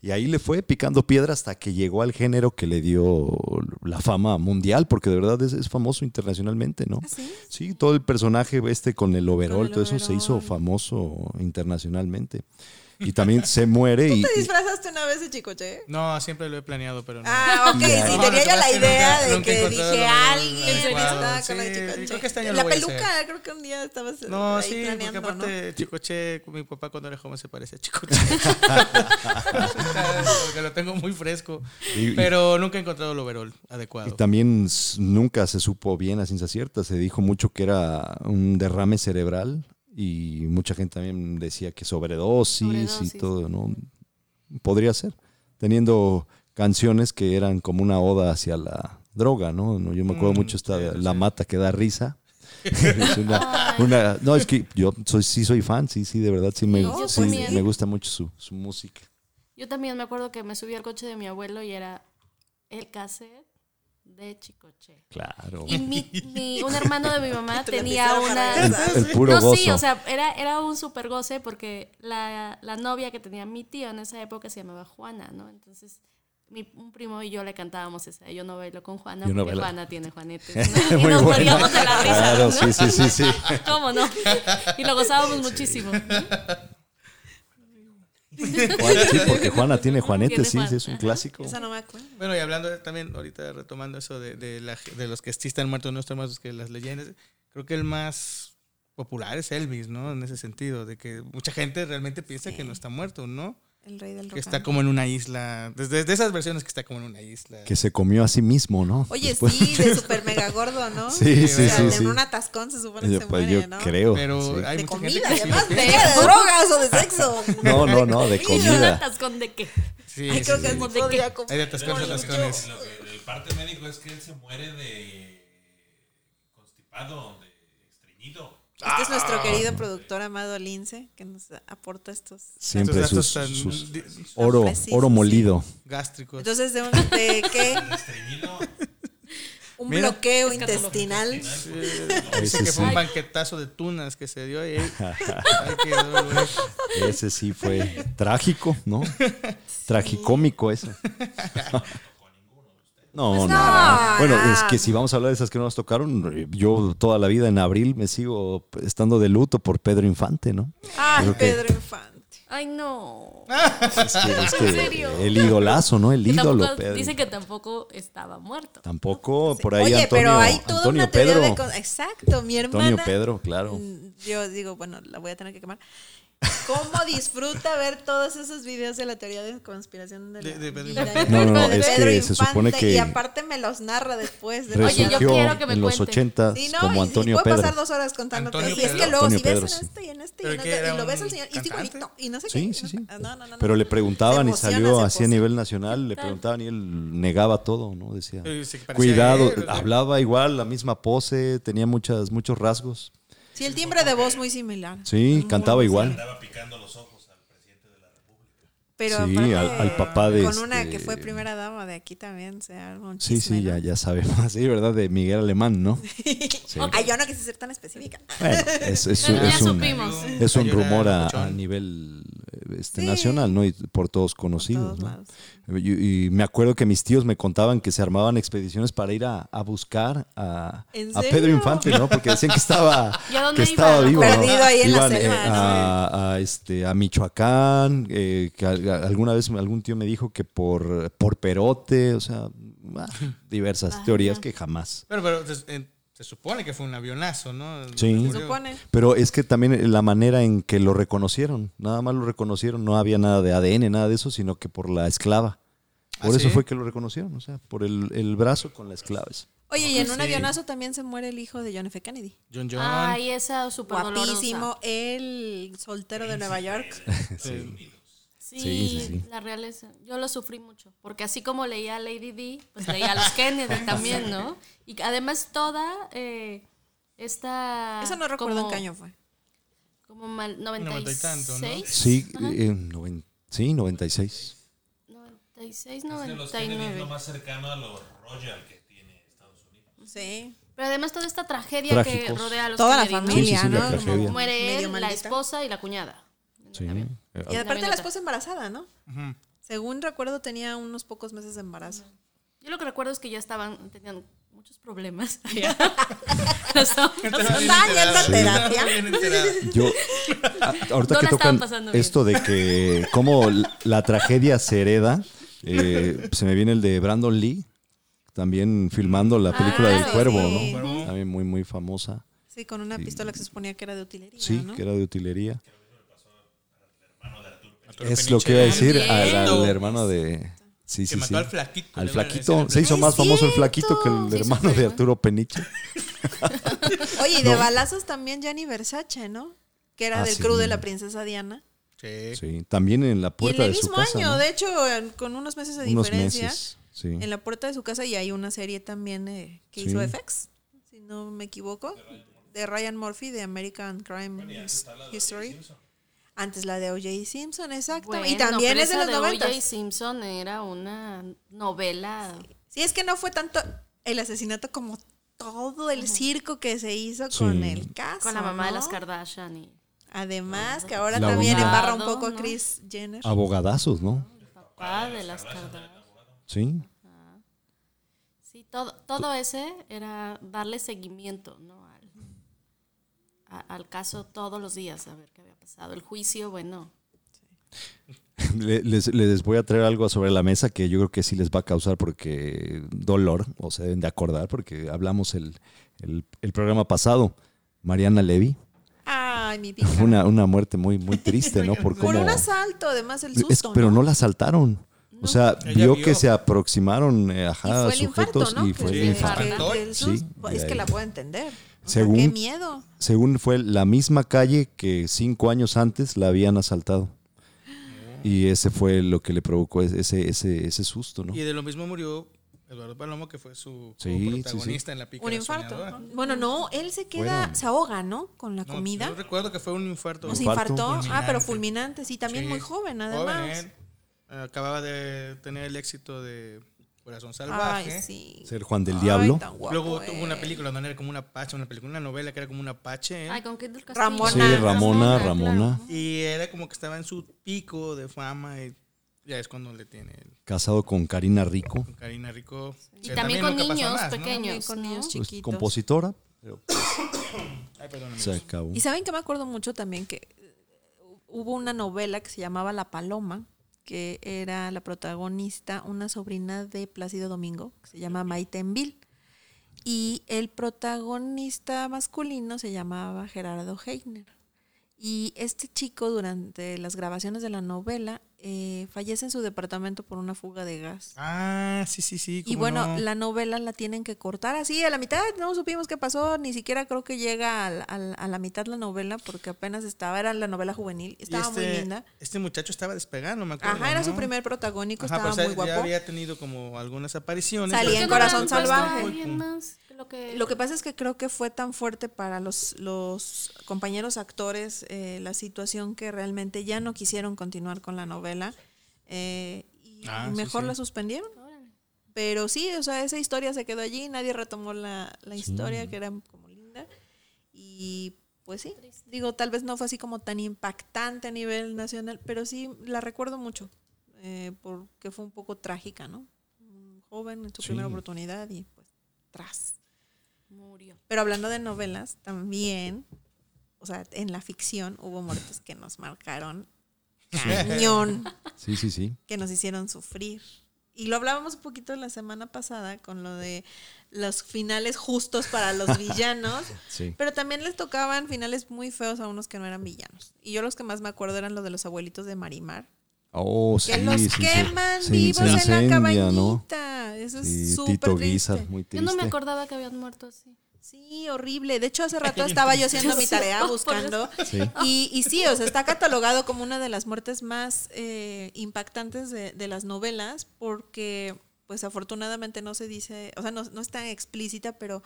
Y ahí le fue picando piedra hasta que llegó al género que le dio la fama mundial, porque de verdad es, es famoso internacionalmente, ¿no? ¿Ah, sí? Sí, todo el personaje este con el overall, el todo eso se hizo overall. famoso internacionalmente. Y también se muere y... ¿Te y- disfrazaste una vez de chicoche? No, siempre lo he planeado, pero no. Ah, ok, Ya. sí, tenía No, yo la verdad la es que idea nunca- de nunca que encontré dije lo alguien adecuado. estaba con la Sí, chicoche. creo que este año lo la voy a peluca, hacer. creo que un día estabas No, ahí sí, porque planeando, ¿no? aparte Chicoche, mi papá cuando era joven se parece a Chicoche. porque lo tengo muy fresco. Y- y- Pero nunca he encontrado el overall y adecuado. también s- nunca se supo bien a ciencia cierta, se dijo mucho que era un derrame cerebral y mucha gente también decía que sobredosis, Sobredosis. y todo, ¿no? Podría ser, teniendo canciones que eran como una oda hacia la droga, ¿no? No, Yo me acuerdo Mm, mucho esta de sí, La sí. Mata que da risa. Es una- Ay. una- no, es que yo soy, sí soy fan, sí, sí, de verdad, sí me, No, sí, pues, me gusta mucho su, su música. Yo también me acuerdo que me subí al coche de mi abuelo y era el cassette de Chicoche. Claro. Y mi, mi- un hermano de mi mamá Te la tenía empezaron a El, una... regresar. el puro no, gozo. sí, o sea, era, era un super goce porque la, la novia que tenía mi tío en esa época se llamaba Juana, ¿no? Entonces, mi, un primo y yo le cantábamos esa, yo no bailo con Juana Yo no porque bailo. Juana tiene Juanetes. ¿no? Y Muy nos buena. moríamos de la risa, Claro, ¿no? sí, sí, sí, sí. ¿Cómo no? Y lo gozábamos muchísimo. Juan- sí, porque Juana tiene Juanete, Tiene sí, Juan, sí, es un ajá. clásico. Esa no me acuerdo. Bueno, y hablando de- también, ahorita retomando eso de, de, la- de los que sí están muertos, no están muertos, que las leyendas, creo que el más popular es Elvis, ¿no? En ese sentido, de que mucha gente realmente piensa que no está muerto, ¿no? El rey del Que rock. está and roll. como en una isla, desde de esas versiones que está como en una isla. Que se comió a sí mismo, ¿no? Oye, Después- sí, de super mega gordo, ¿no? Sí, Sí, sí, o sea, sí. en sí. un atascón se supone que Yo, se pues, muere, yo ¿no? creo. Pero sí. hay de mucha comida, gente que sí lo además, de, piensa. de drogas o de sexo. No, no, no, de Y un comida. atascón de qué. Sí, Ay, sí, creo sí. que sí. es podría como- Hay de atascones, atascones. Lo que- el parte médico es que él se muere de constipado, de estreñido. Este es Ah. nuestro querido productor Amado Lince, que nos aporta estos Siempre Estos sus, datos tan sus- di- oro, precisos, oro sí. molido. gástricos. Entonces, de, un, de qué? El estreñido Un Mira. bloqueo intestinal. Sí, intestinal, Eh, Dice Ese que fue un sí. banquetazo de tunas que se dio ahí. Ay, qué dolor. Ese sí fue trágico, ¿no? Tragicómico eso. No, no, no, no. Bueno, es que si vamos a hablar de esas que no nos tocaron, yo toda la vida en abril me sigo estando de luto por Pedro Infante, ¿no? Ah, Ay, Creo que- Pedro Infante. Ay, no. Es que, es que ¿En serio? el idolazo, ¿no? El Que tampoco- ídolo, Pedro. dice que tampoco estaba muerto. Tampoco, por ahí Oye, Antonio, pero hay toda Antonio una teoría Pedro. de. con- Exacto, mi hermana. Antonio Pedro, claro. Mm, Yo digo, bueno, la voy a tener que quemar. ¿Cómo disfruta ver todos esos videos de la teoría de conspiración de, la De- de Pedro vida Infante. y No, no, no, de es Pedro que se supone Infante, que- Y aparte me los narra después. De, Oye, yo Resurgió quiero que me en los cuentes. 80 Sí, no, como y- Antonio y puedo Pedro. pasar dos horas contándote. Antonio Y es que Pedro. luego Antonio si ves Pedro, en sí. esto y en este y Pero en que otro, era y lo ves un al señor, y sí, cantante. bonito, y no sé Sí, qué. Ah, sí, sí. No, no, no, no. Pero le preguntaban Se y salió emociona, se así a emociona. nivel nacional, le preguntaban y él negaba todo, ¿no? Decía, Sí, sí, parecía cuidado, él, ¿verdad? hablaba igual, la misma pose, tenía muchas, muchos rasgos. Sí, el timbre de voz muy similar. Sí, cantaba igual. Andaba picando los ojos al presidente de la República. Pero Sí, aparte, al, al papá de. Con una que este- fue primera dama de aquí también, se arma un Sí, chisme, sí, ¿no? ya, ya sabemos. Sí, ¿verdad? De Miguel Alemán, ¿no? Sí. Ay, yo no quise ser tan específica. Bueno, es, es- Ya, ya es un, supimos. es un Yo era rumor a, muchón. a nivel eh, este, Sí. nacional, ¿no? Y por todos Por conocidos, todos ¿no? Eh, lados. Y, y me acuerdo que mis tíos me contaban que se armaban expediciones para ir a, a buscar a, ¿En a Pedro serio? Infante, ¿no? Porque decían que estaba, ¿Y a dónde que iban? estaba vivo. ¿no? Perdido ahí en la Iban, selva, eh, ¿no? a, a, este, a Michoacán, eh, que al- alguna vez algún tío me dijo que por, por Perote, o sea, ah, diversas teorías que jamás. Pero, pero se, en- se supone que fue un avionazo, ¿no? Sí. Se supone. Pero es que también eh, la manera en que lo reconocieron, nada más lo reconocieron, no había nada de ADN, nada de eso, sino que por la esclava. Por ¿Ah, eso sí? fue que lo reconocieron, o sea, por el, el brazo con la esclava. esa. Oye, y en un Sí. avionazo también se muere el hijo de John F. Kennedy. John John. Ay, esa súper dolorosa. Guapísimo, el soltero de Nueva York. sí. Sí, Sí, sí, sí. la realeza. Yo lo sufrí mucho, porque así como leía a Lady D, pues leía a los Kennedy también, ¿no? Y además toda eh, esta... Eso no recuerdo Ah, como- en qué año fue. Como mal, Noventa y tanto, ¿no? 96. Sí, Ajá. eh, noven- sí, 96. 96, Es de los Kennedy es 99. lo más cercano a lo royal que tiene Estados Unidos. Sí. Pero además toda esta tragedia que Trágicos. rodea a los Toda la Kennedy, ¿no? Sí, sí, familia, sí, la ¿no? Como tragedia. Muere medio él, la maldita. esposa y la cuñada. Sí. Y Eh, aparte la avioneta. esposa embarazada, ¿no? Según recuerdo tenía unos pocos meses de embarazo. Yo lo que recuerdo es que ya estaban, tenían muchos problemas. los hombres. terapia. Yo, a- ahorita que No la tocan estaban pasando bien. esto de que cómo l- la tragedia se hereda, eh, se me viene el de Brandon Lee, también filmando la película del sí. cuervo, Ujú. ¿no? También muy, muy famosa. Sí, con una pistola que se suponía que era de utilería, Sí, ¿no? que era de utilería. Es lo que iba a decir al, al Cierto. hermano de. Sí, sí, Que mató sí. al flaquito. Al le iban a decir flaquito. al Se hizo ¡Es más famoso el flaquito que cierto! el Se hizo hermano de famoso. Arturo Peniche. Oye, y de balazos también Gianni Versace, ¿no? Que era Ah, del sí. crew de la princesa Diana. Sí. Sí, también en la Y en puerta el de su mismo casa. año, ¿no? de hecho, en- con unos meses de Unos diferencia, meses. Sí. en la puerta de su casa y hay una serie también eh, que Sí. hizo FX, si no me equivoco, de Ryan Murphy de American Crime History. Antes la de O.J. Simpson, exacto. Bueno, y también pero es de esa los 90. O.J. Simpson era una novela. Sí, es que no fue tanto el asesinato como todo el circo que se hizo con Sí. el caso. Con la mamá de las ¿no? Kardashian y Además, que ahora La también abogada, embarra un poco a ¿no? Chris Jenner. Abogadazos, ¿no? el papá de las Kardashian. Sí. Sí, todo, todo ese era darle seguimiento, ¿no? Al, a- al caso todos los días, a ver qué había pasado. El juicio, bueno. Le- Les, les voy a traer algo sobre la mesa que yo creo que sí les va a causar porque dolor, o se deben de acordar, porque hablamos el, el, el programa pasado. Mariana Levy, Ay, mi pica. Ah, una, una muerte muy, muy triste, ¿no? Por Por cómo- un asalto, además el Es- susto. pero no la asaltaron. O sea, Ella vio, vio. que se aproximaron eh, Y ajá, fue el sujetos infarto, ¿no? y fue Que- el que- infarto. infarto. que el Sí, susto- de es que ahí. la puedo entender. O sea, Según- qué miedo. Según fue la misma calle que cinco años antes la habían asaltado. Y ese fue lo que le provocó es- ese, ese, ese susto, ¿no? Y de lo mismo murió Eduardo Palomo, que fue su Sí, como sí, sí. protagonista en la pica. Un infarto. ¿no? Bueno, no, él se queda, Bueno. se ahoga, ¿no? Con la comida. Yo recuerdo que fue un infarto. o se infarto. infartó. Ah, Fulminante. pero fulminante, sí, también Sí, muy joven, joven, además. él. Acababa de tener el éxito de Corazón Salvaje. Ay, sí. Ser Juan del Ay, Diablo. tan guapo Luego tuvo una él. película donde era como una pacha, una película, una novela que era como una pache. él. Ay, con Kate del Castillo. Ramona. Sí, Ramona, Ramona. Y era como que estaba en su pico de fama y ya es cuando le tiene el- Casado con Karina Rico. con Karina Rico. Y que también con nunca pasó niños más, ¿no? pequeños. También con ¿no? niños Pues, chiquitos. compositora. pero Ay, perdón, amigos. se acabó. Y saben que me acuerdo mucho también que eh, hubo una novela que se llamaba La Paloma, que era la protagonista, una sobrina de Plácido Domingo, que se llama Maite Envil. Y el protagonista masculino se llamaba Gerardo Heiner. Y este chico durante las grabaciones de la novela eh, fallece en su departamento por una fuga de gas. Ah, sí, sí, sí. Y cómo bueno, no. la novela la tienen que cortar así, a la mitad, no supimos qué pasó, ni siquiera creo que llega al- al- a la mitad la novela, porque apenas estaba, era la novela juvenil, Y estaba muy este- linda. Este muchacho estaba despegando, me acuerdo. Ajá, era su ¿no? primer protagónico, Ajá, estaba pues, muy Ya guapo. había tenido como algunas apariciones. Salía pero- en ¿Por qué no le Corazón han puesto a Salvaje. alguien más que lo que, Lo que pasa es que creo que fue tan fuerte para los, los compañeros actores eh, la situación que realmente ya no quisieron continuar con la novela eh, y Ah, sí, mejor sí. la suspendieron. Órale. Pero sí, o sea, esa historia se quedó allí, nadie retomó la, la historia que era como linda. Y pues sí, digo, tal vez no fue así como tan impactante a nivel nacional, pero sí la recuerdo mucho, eh, porque fue un poco trágica, ¿no? Un joven en su Sí. primera oportunidad y pues tras. murió. Pero hablando de novelas, también, o sea, en la ficción hubo muertes que nos marcaron cañón, Sí, sí, sí. que nos hicieron sufrir. Y lo hablábamos un poquito la semana pasada con lo de los finales justos para los villanos, Sí. pero también les tocaban finales muy feos a unos que no eran villanos. Y yo los que más me acuerdo eran los de los abuelitos de Marimar, Oh, sí. que los sí, sí. queman Sí, vivos se en la incendia, cabañita. ¿no? Eso es Sí, súper Tito triste. Guizar, muy Yo triste. no me acordaba que habían muerto así. Sí, horrible. De hecho, hace rato estaba yo haciendo mi tarea Sí, por buscando. Sí. Y, y sí, o sea, está catalogado como una de las muertes más eh, impactantes de, de las novelas, porque, pues afortunadamente no se dice, o sea, no, no es tan explícita, pero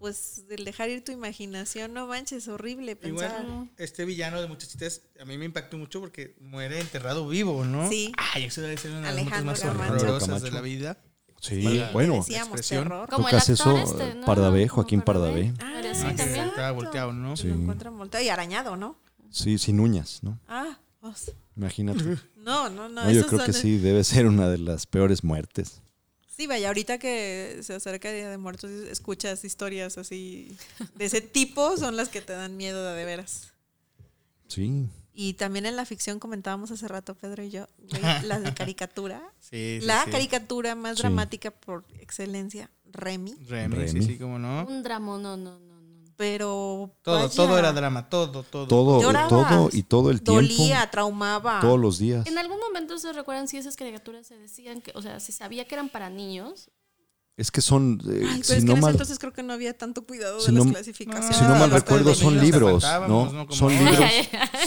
pues el dejar ir tu imaginación, no manches, horrible Y pensar. bueno, este villano de muchachitas a mí me impactó mucho porque muere enterrado vivo, ¿no? Sí. Ay, eso debe ser una de las muertes Alejandro más Camacho. horrorosas Camacho. de la vida. Sí, Vale. bueno. Decíamos expresión. terror. Como Tocas el actor eso, este, ¿no? Pardavé, Como Joaquín Pardavé. Pero sí, Ah, que también. estaba volteado, ¿no? Sí. Lo encuentran volteado y arañado, ¿no? Sí, sin uñas, ¿no? Ah, os- Imagínate. no, no, no. No, yo esos creo que son- sí, debe ser una de las peores muertes. Sí, vaya, ahorita que se acerca Día de Muertos, escuchas historias así de ese tipo, son las que te dan miedo de, de veras. Sí. Y también en la ficción comentábamos hace rato, Pedro y yo, güey, las de caricatura. Sí, sí, la sí. caricatura más Sí. dramática por excelencia, Remy. Remy, sí, Remy. sí, cómo no. Pues Un drama, no, no, no, no. Pero. Todo, vaya, todo era drama, todo, todo. Todo, Llorabas. todo y todo el tiempo. Dolía, traumaba. Todos los días. En algún momento se recuerdan si esas caricaturas se decían que, o sea, se sabía que eran para niños. Es que son, eh, Ay, pero si es no que en ese mal- entonces creo que no había tanto cuidado si de no- las Ah, clasificaciones. si no mal los recuerdo, niños son nos libros, aguantábamos, ¿no? Como Son ahora. libros.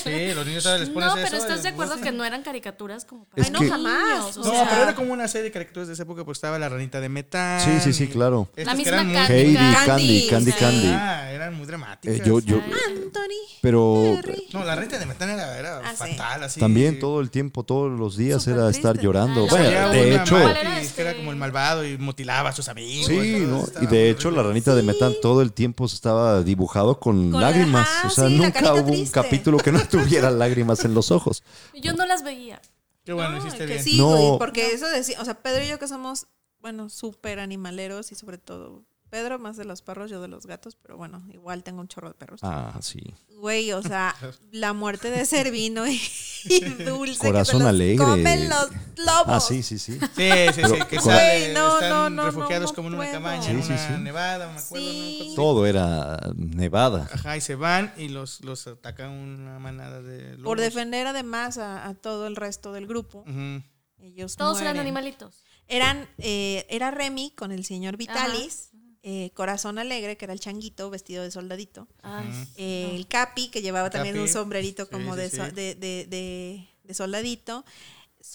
Sí, los niños ahora les pones No, eso, pero estás de les acuerdo gusta. que no eran caricaturas como para Es Ay, no, que- jamás. niños, o No, sea, pero era como una serie de caricaturas de esa época, pues estaba la ranita de metal. Sí, sí, sí, claro. La misma Candy, Heidi, Candy, Candy. Candy, Sí. Candy. Ah, eran muy dramáticas. Eh, yo, yo, ah, Anthony. Oh, pero Terry. No, la ranita de metal era, era Ah, sí. fatal, así. también sí. todo el tiempo, todos los días Súper era estar triste. llorando. Ah, bueno, Había de una hecho, ¿Cuál era Mantis que era este? como el malvado y mutilaba a sus amigos. sí, todo ¿no? eso Y estaba de hecho la ranita de metal todo el tiempo estaba dibujado con, Con la- lágrimas. ajá, o sea, sí, la nunca carita hubo un triste. capítulo que no tuviera lágrimas en los ojos. yo no las veía. Qué bueno, No, hiciste que bien. sí, No. güey, porque eso decía, o sea, Pedro y yo que somos, bueno, súper animaleros y sobre todo Pedro más de los perros, yo de los gatos, pero bueno, igual tengo un chorro de perros. Ah, sí. Güey, o sea, la muerte de Servino y, y Dulce. Corazón que se los alegre. Comen los lobos. Ah, sí, sí, sí. Sí, sí, sí, Pero- que Güey, sale, no, están no, no, refugiados no como en una puedo. cabaña, Sí, en sí, una sí. nevada, me acuerdo. ¿no? Sí. Cosas así. Todo era nevada. Ajá, y se van y los, los ataca una manada de lobos. Por defender además a, a todo el resto del grupo. Ujú. Ellos Todos eran mueren. animalitos. Eran, eh, era Remy con el señor Vitalis, eh, Corazón Alegre, que era el changuito vestido de soldadito. Ay, Eh, el Capi, que llevaba también Capi. un sombrerito Sí, como sí, de, sí. so- de, de- de- de soldadito.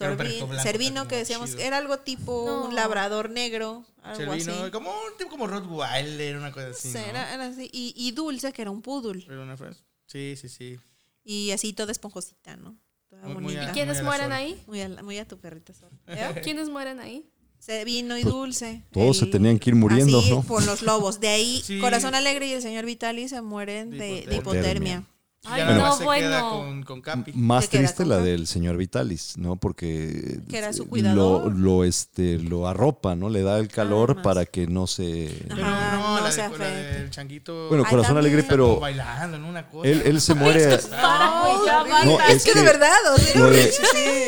Era un Sorbin- perrito blanco, Servino, como que decíamos, chido. era algo tipo No. un labrador negro, algo Servino, así. como un tipo como Rottweiler, una cosa así. O sea, ¿no? era- era así. Y, y Dulce, que era un poodle. Era una frase. Sí, sí, sí. Y así toda esponjosita, ¿no? Toda Muy- muy bonita. a- Muy, ¿Quiénes Mira, mueren Sol. ahí? a, muy, a, tu perrita. Sol. ¿Ya? ¿Quiénes mueren ahí? Servino y Pues, Dulce. todos se tenían que ir muriendo, así, ¿no? por los lobos. De ahí, Sí. Corazón Alegre y el señor Vitali se mueren de, de De hipotermia. hipotermia. Ay, ya nada no, más se queda bueno. con, con Capi. Más Se queda triste con la Capi. del señor Vitalis, ¿no? Porque Que era su lo, cuidador. lo, este, lo arropa, ¿no? Le da el calor más. para que no se... Ajá. Pero no, no la, se de, la afecte. del changuito. Bueno, Ay, corazón también. alegre, como pero bailando en una cosa. él, él se muere... Ah. Para, güey, ya No, basta. es es que, de que- verdad, o sea, Lo de, sí,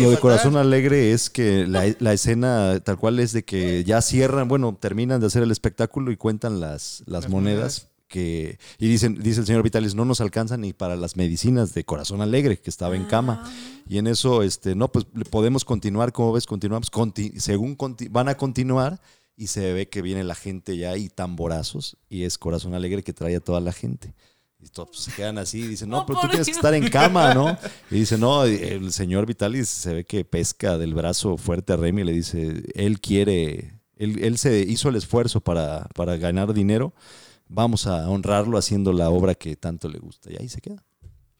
lo de fatal. corazón alegre es que la, la escena tal cual es de que ya cierran, bueno, terminan de hacer el espectáculo y cuentan las, las Las monedas monedas. que. Y dicen, dice el señor Vitalis, no nos alcanza ni para las medicinas de corazón alegre, que estaba en Ah. cama. Y en eso, este, no, pues le podemos continuar, como ves, continuamos. Conti- según conti- van a continuar, y se ve que viene la gente ya y tamborazos, y es corazón alegre que trae a toda la gente. Y todos pues, se quedan así y dicen, no, Oh, pero tú por tienes que Dios. estar en cama, ¿no? Y dice, no, el señor Vitalis se ve que pesca del brazo fuerte a Remy y le dice, él quiere, él, él se hizo el esfuerzo para, para ganar dinero, vamos a honrarlo haciendo la obra que tanto le gusta. Y ahí se queda.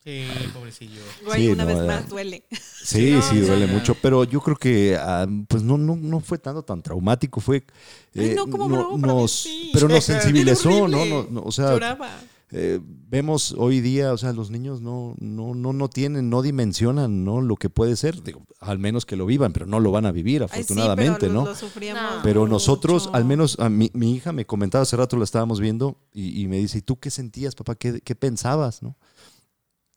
Sí, pobrecillo. Güey, Sí, una no, vez era- más duele. Sí, no, sí, duele no. mucho, pero yo creo que ah, pues no, no, no fue tanto tan traumático, fue... eh, Ay, no, cómo bravo, para mí nos- sí. Pero nos Era sensibilizó, ¿no? horrible. No, no, O sea, Lloraba. eh, vemos hoy día, o sea, los niños no, no, no, no tienen, no dimensionan ¿no? lo que puede ser, Digo, al menos que lo vivan, pero no lo van a vivir, Ay, sí, afortunadamente, pero ¿no? Lo, lo sufríamos No. Pero nosotros, mucho. al menos a mi, mi hija me comentaba hace rato, la estábamos viendo, y, y me dice, ¿y tú qué sentías, papá? ¿Qué, qué pensabas? ¿no?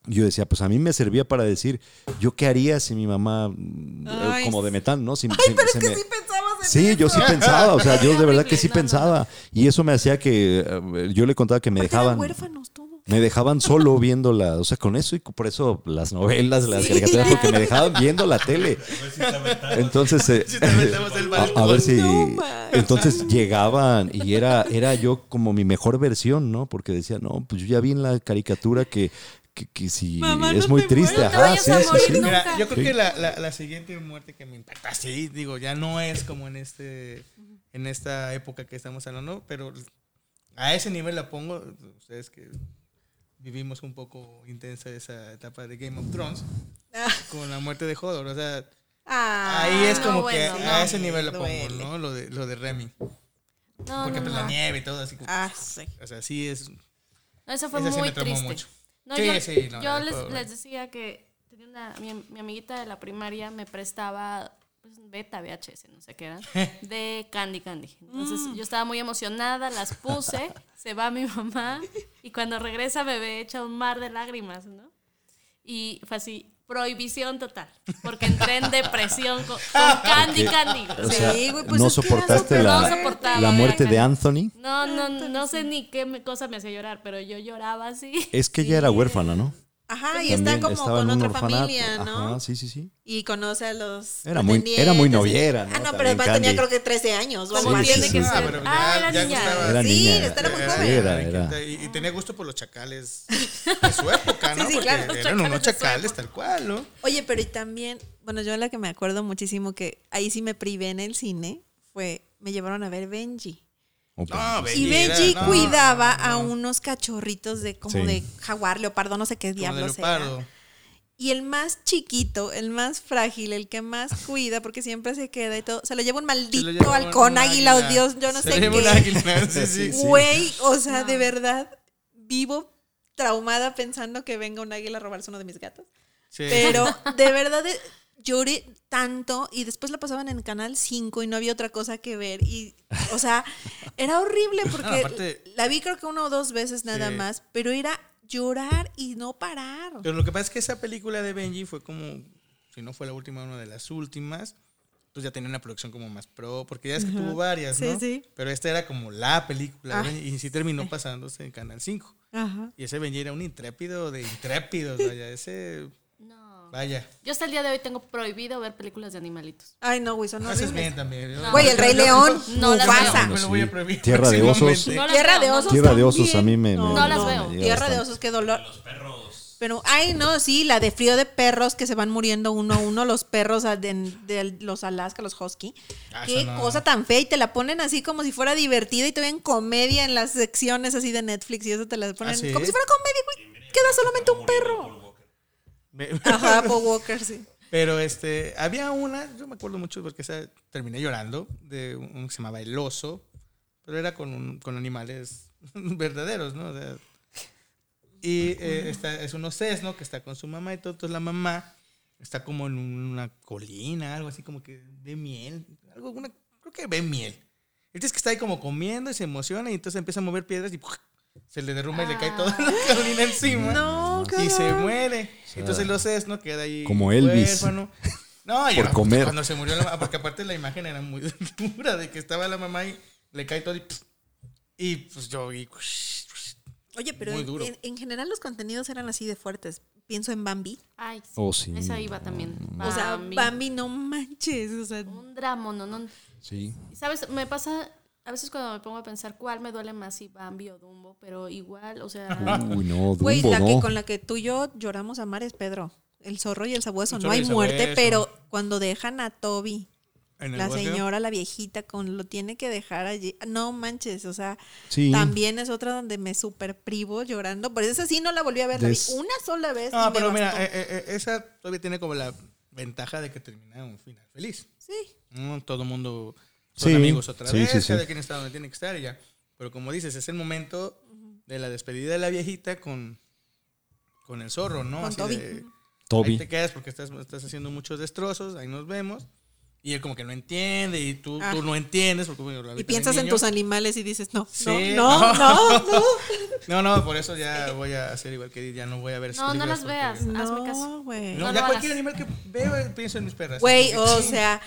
Y Yo decía, pues a mí me servía para decir, ¿yo qué haría si mi mamá, mm, eh, Ay, como de metal, ¿no? Si, si- se me- Sí pensabas en Sí, yo sí pensaba, o sea, yo de verdad que sí No, no, no. pensaba. Y eso me hacía que, eh, yo le contaba que me Aparte eran dejaban... huérfanos todos. Me dejaban solo viéndola, o sea, con eso y por eso las novelas, las Sí, caricaturas, claro. porque me dejaban viendo la tele. A ver si está aventando. Entonces, eh, Si te metemos el a, a balcón. ver si... No, ma. Entonces llegaban y era, era yo como mi mejor versión, ¿no? Porque decía, no, pues yo ya vi en la caricatura que, que, que si Mamá, no es muy te triste, mueras, te ajá, vayas sí, a sí, morir, sí. ¿no? Mira, yo creo Sí. que la, la, la siguiente muerte que me impacta, sí, digo, ya no es como en este en esta época que estamos hablando, pero a ese nivel la pongo, ustedes que vivimos un poco intensa esa etapa de Game of Thrones, Ah. con la muerte de Hodor, o sea, Ah, ahí es no, como bueno, que no, a ese nivel la pongo, duele. ¿no? Lo de, lo de Remy, No, porque no, pues no. la nieve y todo así, como- Ah, sí. o sea, sí es, No, eso fue Esa sí me muy traumó triste. mucho. No, Sí, yo sí, no, yo no les, puedo. les decía que tenía una, mi, mi amiguita de la primaria me prestaba pues, beta VHS, no sé qué era, de Candy Candy. Entonces yo estaba muy emocionada, las puse, se va mi mamá y cuando regresa bebé echa un mar de lágrimas, ¿no? Y fue así, prohibición total, porque entré en depresión con, con Candy Candy. güey. O Sí, sea, güey, pues no es que era soportaste súper la, soportable. la muerte de Era- Anthony. No, no, no sé ni qué me- cosa me hacía llorar, pero yo lloraba Eh, así. Es que ella era huérfana, ¿no? Ajá, y También está como estaba en con un otra orfanato. familia, ¿no? Ajá, sí, sí, sí. Y conoce a los. Era muy- era muy noviera, ¿no? Ah, no, pero También además tenía Candy. creo que 13 años. o algo Como Sí, así. tiene sí, que sí. ser. Ah, pero ah, ya- era ya niña. gustaba. Era Sí, niña. estaba Pues muy sí, joven. Era, era. Y, y tenía gusto por los chacales de su época, Sí, ¿no? sí, Porque claro, los eran chacales unos de su chacales época. tal cual, ¿no? Oye, pero y también, bueno, yo la que me acuerdo muchísimo que ahí sí me privé en el cine fue, me llevaron a ver Benji. Ah. Opa. Y era- Benji no, Ah, cuidaba no, no. a unos cachorritos de como Sí. de jaguar, leopardo, no sé qué Como de diablos leopardo. era. Y el más chiquito, el más frágil, el que más cuida, porque siempre se queda y todo, se lo lleva un Se lo maldito lleva halcón, una águila, o Dios, yo no Se sé lo lleva un qué. águila, sí, sí. Sí. Güey, o sea, de verdad, vivo traumada pensando que venga un águila a robarse uno de mis gatos. Sí. Pero de verdad eh, lloré tanto y después la pasaban en Canal 5 y no había otra cosa que ver. Y, o sea, era horrible porque No, aparte- la vi creo que una o dos veces nada Sí. más, pero era llorar y no parar. Pero lo que pasa es que esa película de Benji fue como, si no fue la última, una de las últimas. Entonces ya tenía una producción como más pro, porque ya es que tuvo varias, Sí, ¿no? sí. Pero esta era como la película Ah. de Benji, y sí terminó pasándose en Canal 5. Ajá. Y ese Benji era un intrépido de intrépidos, vaya, ese, No. vaya. Yo hasta el día de hoy tengo prohibido ver películas de animalitos. Ay, no, güey, son No, haces horribles. bien también. Yo- Güey, yo- el yo- Rey yo- León, No las Mufasa. No me lo Sí. voy a prohibir. Tierra de osos. próximamente. No las Tierra de veo, no. osos. Tierra de también. osos a mí me- No, me- No las no, veo. no. me llega Tierra de bastante. osos, qué dolor. Los perros. Pero, ay, no, sí, la de frío de perros que se van muriendo uno a uno, los perros a- de, de los Alaska, los Husky. Ah, Qué eso no. cosa tan fea. Y te la ponen así como si fuera divertida y te ven comedia en las secciones así de Netflix y eso te la ponen ¿Ah, sí? como si fuera comedia, güey. Queda solamente un perro. Me- Ajá, Paul Walker, sí. Pero este, había una, yo me acuerdo mucho porque esa terminé llorando, de un que se llamaba El Oso, pero era con, un- con animales verdaderos, ¿no? O sea, y eh, está, es un ocesno que está con su mamá y todo, entonces la mamá está como en una colina, algo así como que ve miel, algo, una, creo que ve miel. El chiste es que está ahí como comiendo y se emociona y entonces empieza a mover piedras y ¡puj! se le derrumba y le cae toda la colina encima No, qué y se horror. muere. Entonces los no queda ahí. Como Elvis. huérfano. No, Por ya, comer. Cuando se murió la mamá, porque aparte la imagen era muy dura de que estaba la mamá y le cae todo y. pss, Y pues yo y, Oye, pero Muy en- duro. En, en general los contenidos eran así de fuertes. Pienso en Bambi. Ay, sí. Oh, sí. Esa iba también. O sea, Bambi. Bambi, no manches. O sea, Un drama, no, no. Sí. ¿Sabes? Me pasa a veces cuando me pongo a pensar cuál me duele más, si Bambi o Dumbo, pero igual, o sea. Uy, no, güey, Dumbo, la que no. con la que tú y yo lloramos a mares, Pedro. El zorro y el sabueso. El no zorro y hay el muerte, sabueso. pero cuando dejan a Toby, En el la bosque. señora, la viejita, con lo tiene que dejar allí. No manches, o sea, Sí. también es otra donde me super privo llorando. Por eso sí no la volví a ver. la vi Des- una sola vez. y No, me pero mira, bastó. eh, eh, eh, esa todavía tiene como la ventaja de que termina un final feliz. Sí. ¿no? Todo el mundo son Sí, amigos otra sí, vez, sí, sí. cada quien está donde tiene que estar y ya. Pero como dices, es el momento de la despedida de la viejita con, con el zorro, ¿no? Con Toby. de, Ujú. Toby. Ahí te quedas porque estás, estás haciendo muchos destrozos, ahí nos vemos. Y él como que no entiende y tú, Ah. tú no entiendes. Porque, bueno, ahorita Y el piensas en niño- tus animales y dices, no, Sí, no, no, no, no. No, no, por eso ya voy a hacer igual que Edith, ya no voy a ver esas No, no películas las porque- veas. Hazme caso. No, güey. No, No ya lo cualquier hagas. animal que veo eh, pienso en mis perras. Güey, Como que o ching. sea,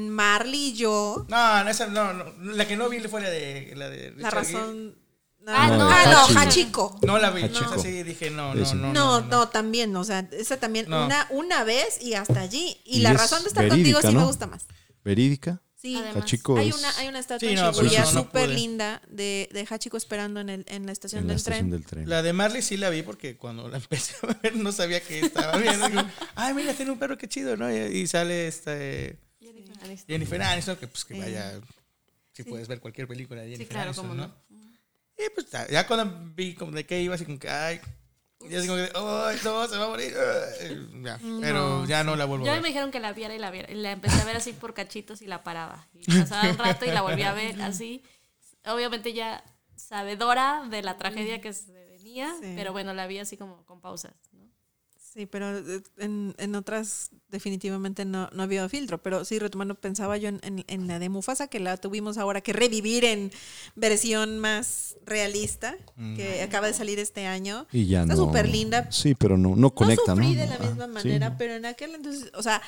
Marley y yo, No, no, esa, no, no, la que no vi fue la de... La, de la Richard Gere. razón. No, Ah, no, no, ah, no, Hachiko. Hachiko. No la vi, Hachiko. esa sí dije no, Ah, Sí, no, sí. no. No, no, también, o sea, esa también No. una una vez y hasta allí. Y, Y la es razón de estar verídica, contigo sí me ¿no? gusta más. Verídica. Sí, Además, Hachiko hay es- una hay una estatua Sí, en no, pero Shibuya no, no súper pude. linda de, de Hachiko esperando en, el, en la estación En la del estación tren. del tren. La de Marley sí la vi porque cuando la empecé a ver no sabía que estaba viendo. Digo, Ay, mira, tiene un perro, qué chido, ¿no? Y, y sale esta eh, Jennifer Aniston. Jennifer Aniston, que pues que Sí. vaya, si puedes ver cualquier película de Jennifer claro, Aniston, cómo ¿no? Y pues ya, ya cuando vi como de qué iba, así como que, ay, ya así como que, ay, no, se va a morir. ay, ya. Mm, pero ya no la vuelvo Yo a a mí ver. me dijeron que la viera y la viera. Y la empecé a ver así por cachitos y la paraba. Y pasaba un rato y la volví a ver así. Obviamente ya sabedora de la tragedia que se venía, Sí. pero bueno, la vi así como con pausas. ¿no? Sí, pero eh, en, en otras definitivamente no, no había filtro. Pero sí, retomando, pensaba yo en, en- en la de Mufasa, que la tuvimos ahora que revivir en versión más realista, que acaba de salir este año. Mm. Y ya Está no. súper linda. Sí, pero no, no conecta, no ¿no? sufrí de la Ah, misma sí, manera, no. pero en aquel entonces, o sea,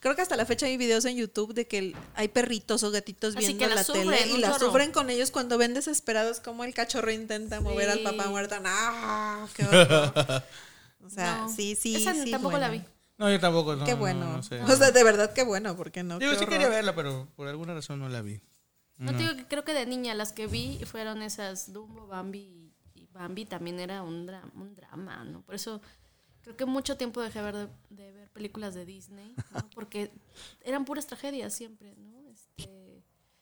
creo que hasta la fecha hay videos en YouTube de que el- hay perritos o gatitos Así viendo que la la sufren, tele y un la chorro. sufren con ellos cuando ven desesperados como el cachorro intenta mover al Sí. papá muerto. ¡Ah! ¡Qué horror! O sea, No. sí, sí, Esa sí, tampoco la buena. vi. No, yo tampoco. No, Qué no, bueno. No, sé. O sea, de verdad, qué bueno, porque no. Digo, Qué sí horror. quería verla, pero por alguna razón no la vi. No, te digo que creo que de niña las que vi fueron esas Dumbo, Bambi y- y Bambi también era un, dra- un drama, ¿no? Por eso creo que mucho tiempo dejé ver de, de ver películas de Disney, ¿no? porque eran puras tragedias siempre, ¿no? Este,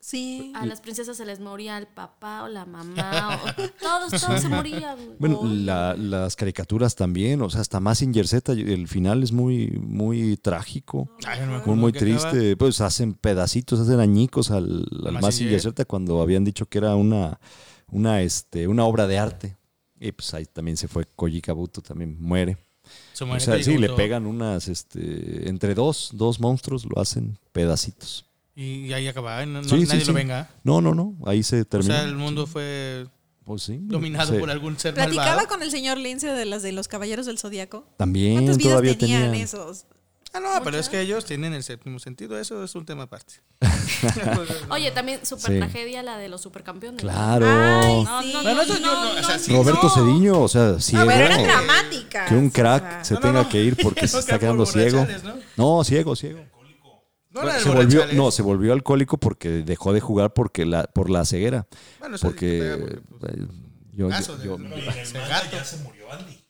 Sí. a las princesas se les moría el papá o la mamá, o, todos, todos se morían. güey. Bueno, O- la- las caricaturas también, o sea, hasta más Z, el final es muy, muy trágico, Ay, no me acuerdo muy, muy en qué acaba. triste. Pues hacen pedacitos, hacen añicos al, al Mazinger. Mazinger Z cuando habían dicho que era una, una, este, una obra de arte. Y pues ahí también se fue Koji Kabuto, también muere. Su O manera sea, de sí, le gusto. pegan unas, este, entre dos, dos monstruos lo hacen pedacitos. Y, y ahí acababa, y no, no- Sí, sí, nadie sí. lo venga. No, no, no, ahí se O termina. sea, el mundo fue Pues sí, dominado se- por algún ser Platicaba malvado. con el señor Lince de las de los Caballeros del Zodíaco. También ¿Cuántas vidas todavía tenían tenían esos? Ah, no, pero es que ellos tienen el séptimo sentido, eso es un tema aparte. Oye, también super Sí. tragedia la de los supercampeones. Claro. Ay, No, sí. Ah, no, Bueno, no, eso yo no, o sea, sí, Roberto Cediño, o sea, ciego. pero eran dramáticas. que un o crack sea. se No, no, tenga no. que ir porque se No, está que quedando por ciego. borrachales, ¿no? ¿no? ciego, ciego. No, la del se volvió, borrachales. no, se volvió alcohólico porque dejó de jugar porque la, por la ceguera. Bueno, eso sí porque te pega porque, pues, eh, yo, Caso Ah, de- yo- no, Pero en el ese manga gato. ya se murió Andy.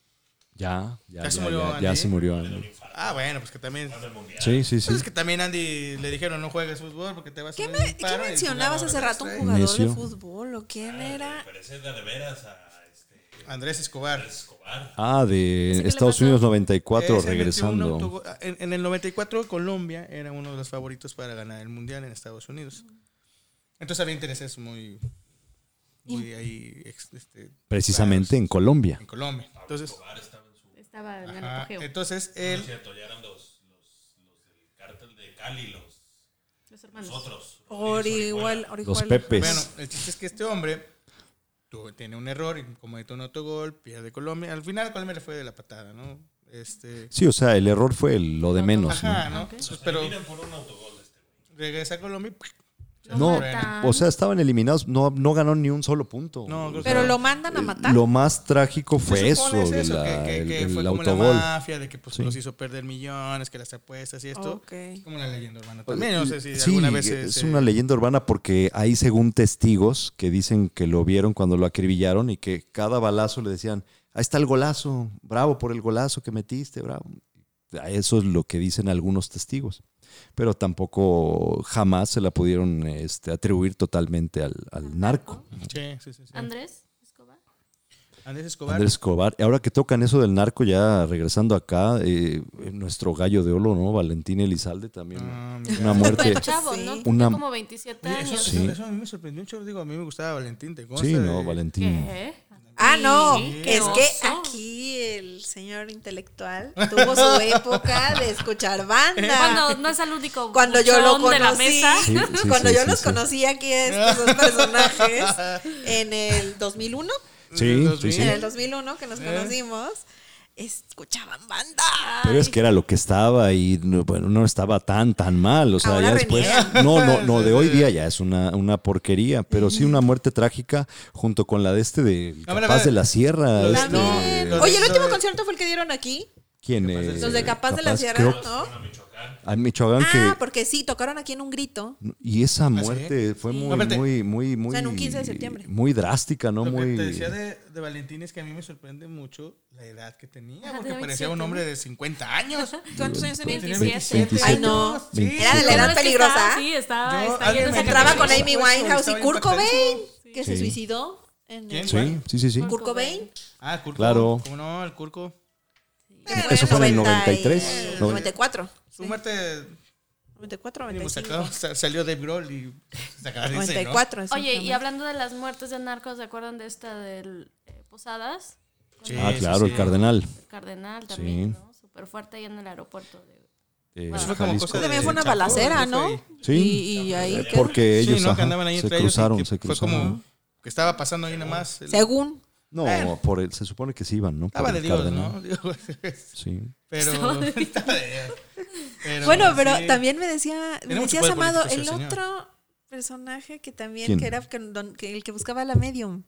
ya, ya, Ya se ya, murió ya- Andy, ya ¿eh? se murió Andy. Ah, bueno, pues que también. del mundial. Sí, sí, sí. Pues es que también Andy le dijeron no juegues fútbol porque te vas ¿Qué, a me- dar un qué paro", y pues mencionabas ya, hace rato? ¿Un sí. jugador de Necio. fútbol o quién era? Pero ese es de de veras a este, Andrés Escobar. Escobar. Ah, de Estados pasó? Unidos 94 Ese metió un regresando. autogol- ah, En, en el 94 Colombia era uno de los favoritos para ganar el mundial en Estados Unidos. Entonces había intereses muy, muy ahí ex- este, Precisamente en Colombia. en Colombia. Entonces, Estaba en el ajá, eh, apogeo. entonces Es él cierto, ya eran los, los, los del cártel de Cali, los, Los los hermanos. otros. Rodríguez Orihuela, Orihuela. Los Orihuela. Pepes. bueno, el chiste es que este hombre tuvo- tiene un error y comete un autogol, pierde Colombia. Al final Colombia le fue de la patada, ¿no? Este Sí, o sea, el error fue el- lo de menos. ¿no? ajá, ¿no? Entonces, pero Miren por un autogol de este güey. regresa a Colombia y pues, ¡puc! Lo No, Ah. matan. o sea, estaban eliminados, no, no ganó ni un solo punto. No, creo que- Pero lo mandan a matar. Lo más trágico fue Se eso, supone es de eso, la- que, que- el, que el fue como autogol. la mafia, de que pues, Sí. nos hizo perder millones, que las apuestas y esto. Ok. Es como una leyenda urbana también. No sé si Pues, Sí, eh, alguna vez. se- es se- una leyenda urbana porque hay según testigos que dicen que lo vieron cuando lo acribillaron y que cada balazo le decían, ahí está el golazo, bravo por el golazo que metiste, bravo. Eso es lo que dicen algunos testigos, pero tampoco jamás se la pudieron este, atribuir totalmente al, al narco. Sí, sí, sí, sí. Andrés Escobar. Andrés Escobar. Andrés Escobar. Ahora que tocan eso del narco, ya regresando acá, eh, nuestro gallo de oro, ¿no? Valentín Elizalde también. Mm. Ah, mira. Una muerte. Súper chavo, ¿no? Sí. Tenía Una- como 27 Oye, eso, años. Sí. eso- eso a mí me sorprendió un chorro. Digo, a mí me gustaba Valentín, ¿te consta? Sí, ¿no? pues, De- Valentín. ¿Qué? Ah, no, Sí, es qué que oso. aquí el señor intelectual tuvo su época de escuchar banda. Cuando no es el único Cuando yo lo buchón conocí, de la mesa. Sí, sí, cuando sí, yo sí, los sí. conocí aquí a estos dos personajes en el 2001, Sí, Los sí, sí. en el 2001 que nos Eh. conocimos, escuchaban banda. Pero es que era lo que estaba y no, bueno, no estaba tan, tan mal. O sea, Ahora ya después. reniegan. No, no, no, de hoy día ya es una, una porquería. Pero sí una muerte trágica junto con la de este de Ah, bueno, Capaz de bueno. la Sierra. Los- este, no, También. los- Oye, el los- último concierto fue el que dieron aquí, ¿Quién eh, los de Capaz, de la Sierra, creo- ¿no? A Michoacán Ah, que. porque sí, tocaron aquí en un grito. Y esa muerte fue No, muy, espérate. muy, muy, muy. sea, en un 15 de septiembre. Muy drástica, ¿no? Lo que Muy. te decía de, de Valentín es que a mí me sorprende mucho la edad que tenía, Ajá, porque tenía parecía 27, un ¿no? hombre de 50 años. ¿Cuántos años Tenía tenía? tenían? 27. 27. Ay, no. Sí. Era de la edad No, es que peligrosa. pues, estaba- Sí, estaba. Yo- está lleno alguien me de dijo Entraba Sí, con sí, Amy sí, Winehouse estaba y Kurt Cobain, impactadísimo. que se Sí. suicidó. en- ¿Quién? Sí, sí, sí, sí. Kurt Cobain. Ah, el Curco. Claro. ¿Cómo no? El Curco. Eso fue en el 93, 94. Su muerte 94, mínimo, 95. sacaron- sa- salió Dave Grohl y se acabaron de ese, ¿no? 94. Oye, y exactamente. hablando de las muertes de narcos, ¿se acuerdan de esta del eh, Posadas? Sí, Ah, sí, claro, sí. el Cardenal. El Cardenal también, Sí. ¿no? Súper fuerte ahí en el aeropuerto. de- eh, Eso fue como Jalisco. cosa de- También fue una Chapo, balacera, ¿no? ¿no? Sí. Y, y ahí quedó. Porque Sí, ellos ¿no? que ajá, andaban ahí se entre ellos y cruzaron, que se Fue cruzaron. como que estaba pasando ahí nada más. el- Según. No, por el, se supone que sí iban, ¿no? Estaba Por de el Dios, cardenal. ¿no? Digo, pues, Sí. Pero. Estaba de estaba de Dios. Pero bueno, pero sí. también me decía, me Tiene mucho decías, poder Amado, el político ese señor. otro personaje que también, ¿Quién? que era con don- que el que buscaba la medium.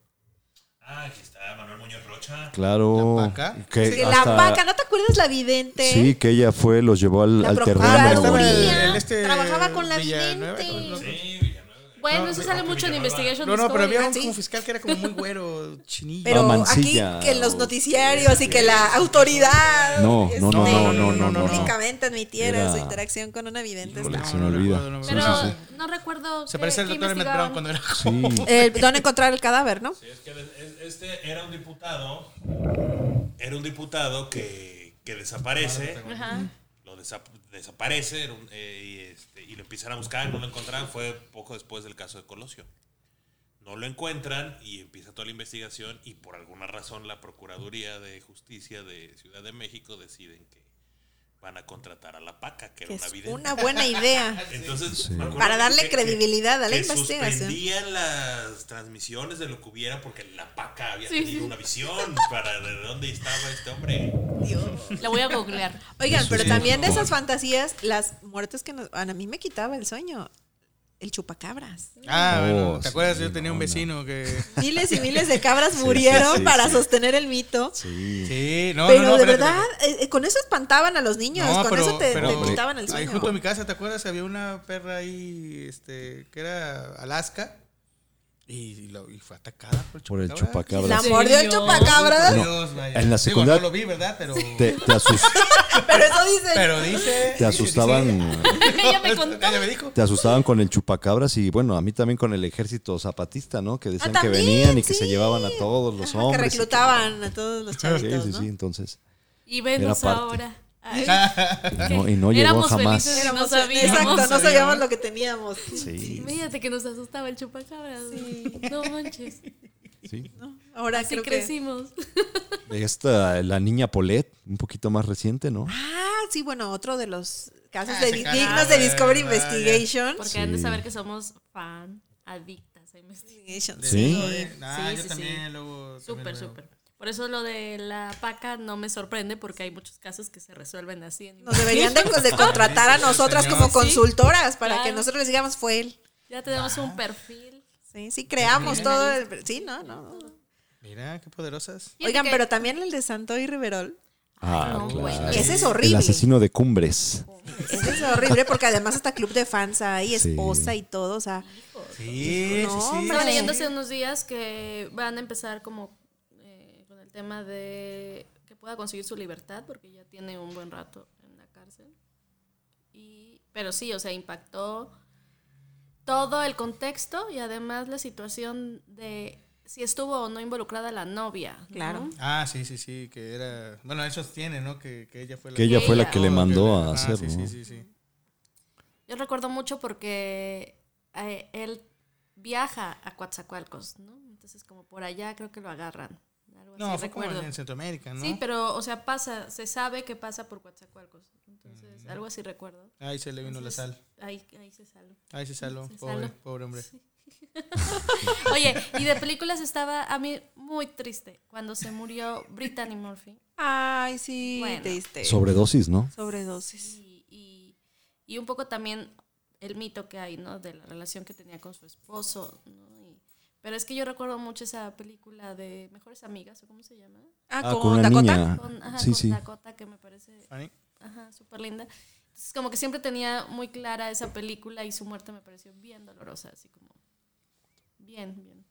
Ah, aquí está Manuel Muñoz Rocha. Claro. La paca. Que Que la Eh, hasta- vaca, ¿no te acuerdas la vidente? Sí, que ella fue, los llevó al, La al procura, terreno. la de Ah, Estaba el- morir. Gloria. el este Trabajaba con la Villanueva, vidente. ¿no? Sí, Villanueva. Bueno, No, eso de- sale mucho en Villanueva. Investigation No, no, pero Discovery. había Ah, un, sí. un fiscal que era como muy güero, chinillo. Ah, Pero aquí Mancilla, que en los o- noticiarios y que la autoridad No, no, no, este, no, no, no, no, no. públicamente admitiera Era- su interacción con una vidente. Híjole, está- se me olvida. este, no, no, no, Pero Sí, sí, no recuerdo. Se qué- parece al qué doctor Emmett Brown investigaban. cuando era Sí. Eh, ¿Dónde encontrar el cadáver, no? Sí, es que es- este era un diputado. Era un diputado que, que desaparece. Ajá. Lo desap- desaparece era un- eh, y, este, y lo empiezan a buscar, no lo encontraban. Fue poco después del caso de Colosio. No lo encuentran y empieza toda la investigación y por alguna razón la Procuraduría de Justicia de Ciudad de México deciden que van a contratar a la PACA, que era Que una es vidente. una buena idea. Entonces, Sí. me acuerdo Para darle que- credibilidad a la que investigación. Suspendían las transmisiones de lo que hubiera porque la paca había Sí, tenido sí. una visión para de dónde estaba este hombre. La voy a googlear. Oigan, pero sí. también de esas fantasías, las muertes que nos, a mí me quitaba el sueño. El chupacabras. Ah, bueno, Oh, ¿te acuerdas? sí, Yo tenía un no, vecino que. Miles y miles de cabras sí, murieron sí, para sí. sostener el mito. Sí. Sí, no, pero no, no, de espérate, verdad, espérate. eh, eh, con eso espantaban a los niños, No, con pero- eso te, pero- te quitaban el Ahí sueño. junto a mi casa, ¿te acuerdas? Había una perra ahí, este, que era Alaska. Y, y lo- y fue atacada por el Por el La chupacabra. chupacabras. mordió el serio? chupacabras, No, Dios, vaya. en la Digo, secundaria- no lo vi, ¿verdad? Pero, Te, te asus- pero eso dice. pero dice. te asustaban. Ella me contó. Ella me dijo. Te asustaban con el chupacabras y bueno, a mí también con el ejército zapatista, ¿no? Que decían que Ah, también, venían y que sí. se llevaban a todos los Ajá, hombres. Que y que- reclutaban a todos los Sí, chavitos, sí, ¿no? sí, entonces. Y vemos Era parte. ahora. No, y no llegó Éramos jamás. felices. Éramos- No sabíamos. Exacto, no Sabíamos. sabíamos lo que teníamos. Sí, Fíjate que nos asustaba el chupacabras. No manches. sí. Ahora Así creo que- crecimos. Esta, la niña Polet, un poquito más reciente, ¿no? Ah, sí, bueno, otro de los casos Ah, de- se dignos de cagaron, Discovery ¿verdad? Investigation. Porque han de saber que somos fan adictas a investigar. Investigation, Sí. Ah, Sí, yo sí, también sí. luego. también Súper, luego. súper. Por eso lo de la paca no me sorprende porque hay muchos casos que se resuelven así. En Nos deberían de, de contratar a Sí, sí, nosotras señor. como Sí. consultoras para que Claro. nosotros les digamos fue él. Ya tenemos un perfil. Sí, sí, creamos todo. el- sí, no, no. no. Mira, qué poderosas. Fíjate Oigan, que- pero también el de Santoy Riverol. Ah, no, claro. bueno. Ese es horrible. El asesino de cumbres. Ese es horrible porque además hasta club de fans hay, Sí. esposa y todo. O sea, Sí, No, sí, sí. hombre. Estaba Vale. leyendo hace unos días que van a empezar como eh, con el tema de que pueda conseguir su libertad porque ya tiene un buen rato en la cárcel. Y, pero sí, o sea, impactó todo el contexto y además la situación de si estuvo o no involucrada la novia. ¿no? Claro. Ah, sí, sí, sí, que era... Bueno, ellos tienen, ¿no? Que, que ella fue la Que ella fue la que le Todo, mandó le- a ah, hacer, Sí, sí, ¿no? Pues sí, sí. Yo recuerdo mucho porque eh, él viaja a Coatzacoalcos, ¿no? Entonces como por allá creo que lo agarran. algo No, así fue como recuerdo. en Centroamérica, ¿no? Sí, pero, o sea, pasa, se sabe que pasa por Coatzacoalcos. Entonces, algo así recuerdo. Ahí se Mm. le vino la Entonces, sal. Ahí, ahí se saló. Ahí se saló, Se pobre, saló. pobre hombre. Oye, y de películas estaba a mí muy triste cuando se murió Brittany Murphy. ay, sí, Bueno. triste. Sobredosis, ¿no? Sobredosis. Y, y- y un poco también el mito que hay, ¿no? De la relación que tenía con su esposo, ¿no? Y- pero es que yo recuerdo mucho esa película de Mejores Amigas, ¿o cómo se llama? Ah, Ah, con, con una Dakota. niña. Con, ajá, Sí, con sí. Dakota, que me parece Fanny. Ajá, súper linda. Entonces, como que siempre tenía muy clara esa película y su muerte me pareció bien dolorosa, así como. Bien, bien.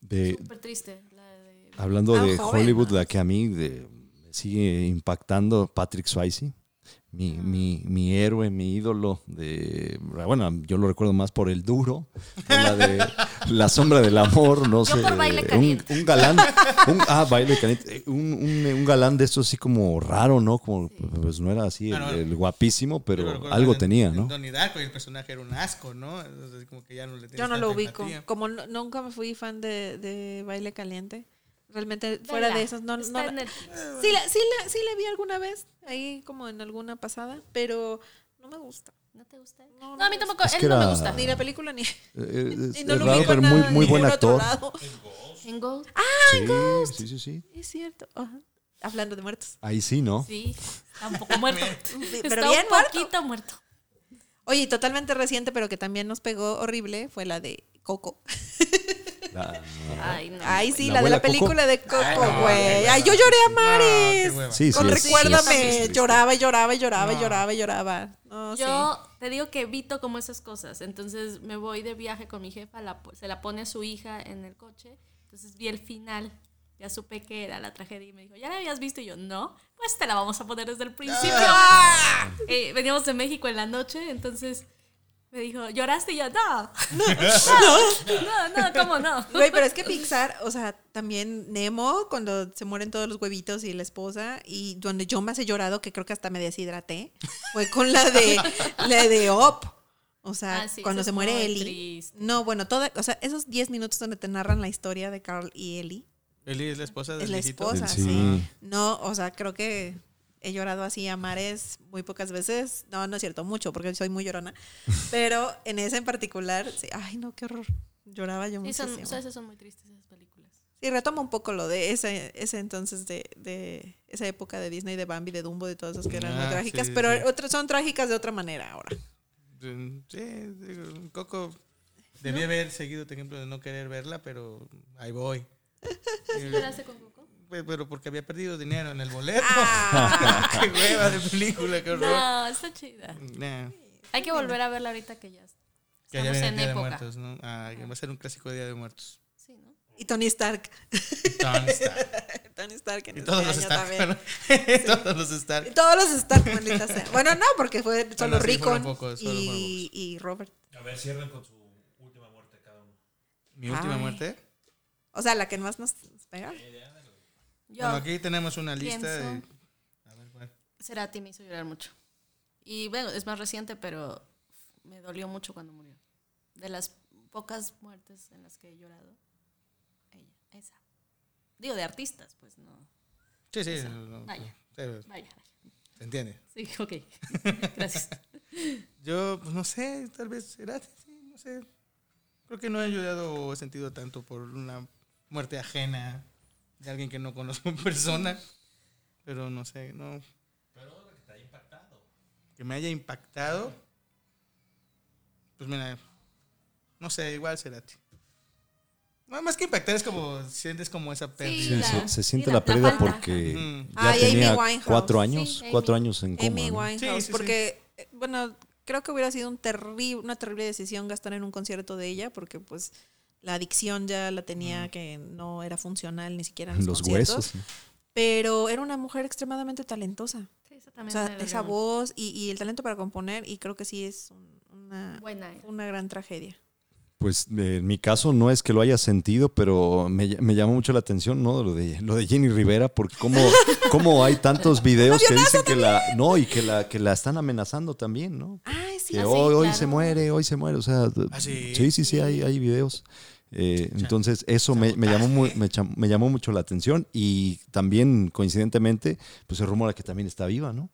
De, súper triste. La de. Hablando Ah, de joven, Hollywood, ¿no? la que a mí de- me sigue impactando, Patrick Swayze, Ah. mi, mi, mi héroe, mi ídolo de... Bueno, yo lo recuerdo más por El Duro, por la de La Sombra del Amor, no Yo sé. por Baile un- Caliente. Un, galán, un, ah, Baile Caliente, eh, un, un- un galán de estos así como raro, ¿no? Como, pues no era así el, Claro. el guapísimo, Yo lo pero recuerdo algo en- tenía, en ¿no? Donnie Darko y el personaje era un asco, ¿no? Entonces, como que ya no le Yo tienes no lo tanta ubico. empatía. Como no- nunca me fui fan de, de Baile Caliente. Realmente fuera Vela, de esos, no, está no, en Netflix. Sí la, sí, la, sí la vi alguna vez, ahí como en alguna pasada, pero no me gusta. ¿No te gusta? No, No, a mí tampoco. Es él que no me era- gusta. Ni la película ni. Eh, eh, ni Es, no es lo raro, ubico pero nada muy, en muy buen ningún otro actor. lado. En Gold. Ah. Sí, sí, sí, sí. Es cierto. ajá. Hablando de muertos. Ahí sí, ¿no? Sí, está un poco muerto. pero está bien un muerto. poquito muerto. Oye, y totalmente reciente, pero que también nos pegó horrible, fue la de Coco. La- Ay, no. Ay, sí, ¿La la, de abuela la Coco? película de Coco, no, güey. qué Ay, yo hueva. lloré a No, mares. qué hueva. Sí, sí, Con es- sí, es- recuérdame, es triste. lloraba, y lloraba, y lloraba, y No. lloraba, y lloraba. No, Yo te digo que evito como esas cosas. Entonces me voy de viaje con mi jefa, la po- se la pone a su hija en el coche. Entonces vi el final. Ya supe que era la tragedia y me dijo, ¿ya la habías visto? Y yo, no, pues te la vamos a poner desde el principio. Ah. Eh, veníamos de México en la noche, entonces me dijo, ¿lloraste? Y yo, no, no, no, ¿cómo no? Güey, pero es que Pixar, o sea, también Nemo, cuando se mueren todos los huevitos y la esposa, y donde yo más he llorado, que creo que hasta me deshidraté, fue con la de la de Op. O sea, Ah, sí, cuando eso se es muere muy Ellie. triste. No, bueno, toda, o sea, esos 10 minutos donde te narran la historia de Carl y Ellie, Eli es la esposa de es la esposa, Sí. sí. No, o sea, creo que he llorado así a mares muy pocas veces. No, no es cierto, mucho, porque soy muy llorona. Pero en esa en particular, sí, ay, no, qué horror. Lloraba yo Sí, son, muchísimo. o sea, esas son muy tristes esas películas. Y retoma un poco lo de ese, ese entonces de, de esa época de Disney, de Bambi, de Dumbo, de todas esas que eran muy Ah, trágicas, sí, pero sí. otras son trágicas de otra manera ahora. Mm, Sí, digo, Coco debí haber seguido tu ejemplo de no querer verla, pero ahí voy. Eh, ¿Lloraste con Coco? pe- pero porque había perdido dinero en el boleto. Ah. qué hueva de película, qué horror. No, está chida. Nah, Hay que volver a verla ahorita que ya que ya estamos viene el en Día de época. Muertos, ¿no? Ah, que va a ser un clásico de Día de Muertos. Sí, ¿no? Y Tony Stark. Tony Stark. Tony Stark en Y este todos los año Stark. también. ¿no? Todos los Stark. Y todos los Stark, maldita sea. Bueno, no, porque fue solo sí, Rico fueron pocos, solo y, y Robert. A ver, cierren con su última muerte cada uno. Mi última Ay. muerte. O sea, la que más nos pega. Yo. Bueno, aquí tenemos una lista de. pienso- A ver, ¿cuál? Cerati me hizo llorar mucho. Y bueno, es más reciente, pero me dolió mucho cuando murió. De las pocas muertes en las que he llorado, ella, esa. Digo, de artistas, pues no. Sí, sí. Esa. Ah, no, no, Vaya. sí, Vaya, vaya. ¿Se entiende? Sí, ok. Gracias. Yo, pues no sé, tal vez será, sí, no sé. Creo que no he ayudado o he sentido tanto por una muerte ajena de alguien que no conozco en persona. Pero no sé, no. Pero que te haya impactado. Que me haya impactado. Pues mira, No sé, igual Cerati. No, más que impactar es como sientes como esa pérdida. Sí, la- se, se siente mira, la pérdida la falta. porque Ujú. ya Ay, Amy tenía Winehouse. cuatro años, Sí, Amy. cuatro años en coma. Amy ¿no? Winehouse, Sí, sí, sí. porque, eh, bueno, creo que hubiera sido un terrible, una terrible decisión gastar en un concierto de ella, porque pues la adicción ya la tenía que no era funcional ni siquiera en los, Los conciertos. huesos. ¿no? Pero era una mujer extremadamente talentosa. Sí, esa O también sea, me dolió esa mucho. voz y, y el talento para componer, y creo que sí es un- una, Buena. ¿eh? era. una gran tragedia. Pues eh, en mi caso no es que lo haya sentido, pero me, ll- me llamó mucho la atención, ¿no? Lo de, lo de Jenny Rivera, porque cómo, cómo hay tantos videos que dicen que la, no, y que la, que la están amenazando también, ¿no? Ay, sí. Que Ah, sí, hoy, hoy claro. se muere, hoy se muere, o sea, ¿Ah, sí? sí, sí, sí, hay, hay videos. Eh, entonces eso me, me llamó mu- me, cham- me llamó mucho la atención y también coincidentemente, pues se rumora que también está viva, ¿no?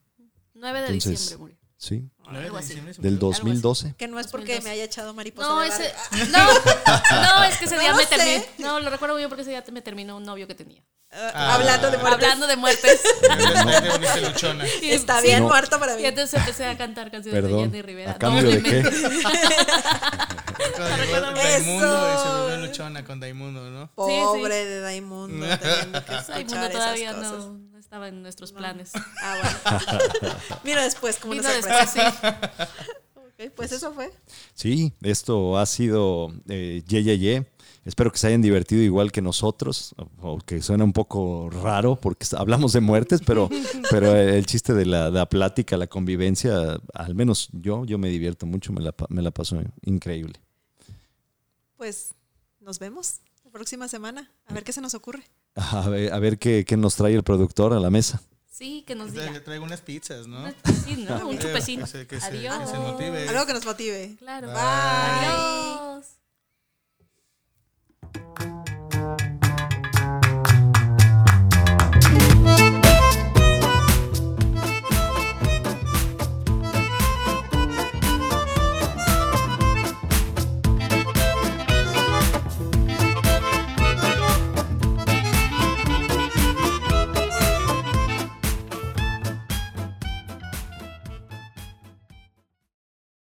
9 de Entonces- diciembre murió. Sí, Nueve de así. diciembre se del murió. 2012. Que no es porque 2012. me haya echado mariposa. No, de ese, Barbie. no, Pues no, es que ese No día lo me sé. terminé. No, lo recuerdo muy bien porque ese día te- me terminó un novio que tenía. Ah, Ah. hablando de muertes. Hablando de muertes. Está de bonita luchona. Y- Está bien No. muerto para mí. Y entonces empecé a cantar canciones Perdón. de Jenny Rivera. ¿A cambio de qué? Cuando llegó Recuerdo Daimundo y se eso. volvió luchona con Daimundo, ¿no? Pobre de Daimundo. teniendo que Ay, escuchar mundo esas todavía cosas. no no estaba en nuestros planes. Ah, bueno. Mira después como Vino una sorpresa. después, sí. Ok, pues eso fue. Sí, esto ha sido eh, Yeyeye. Espero que se hayan divertido igual que nosotros, o o que suena un poco raro porque s- hablamos de muertes, pero, pero eh, el chiste de la, la plática, la convivencia, al menos yo, yo me divierto mucho, me la, pa- me la paso increíble. Pues nos vemos la próxima semana. A ver qué se nos ocurre. A ver, a ver qué, qué nos trae el productor a la mesa. Sí, que nos Entonces le diga. traigo unas pizzas, ¿no? Un chupecín, ¿no? Un Eh, chupecín. que se- que se- que se Adiós. motive. Algo que nos motive. Claro. Bye. Adiós.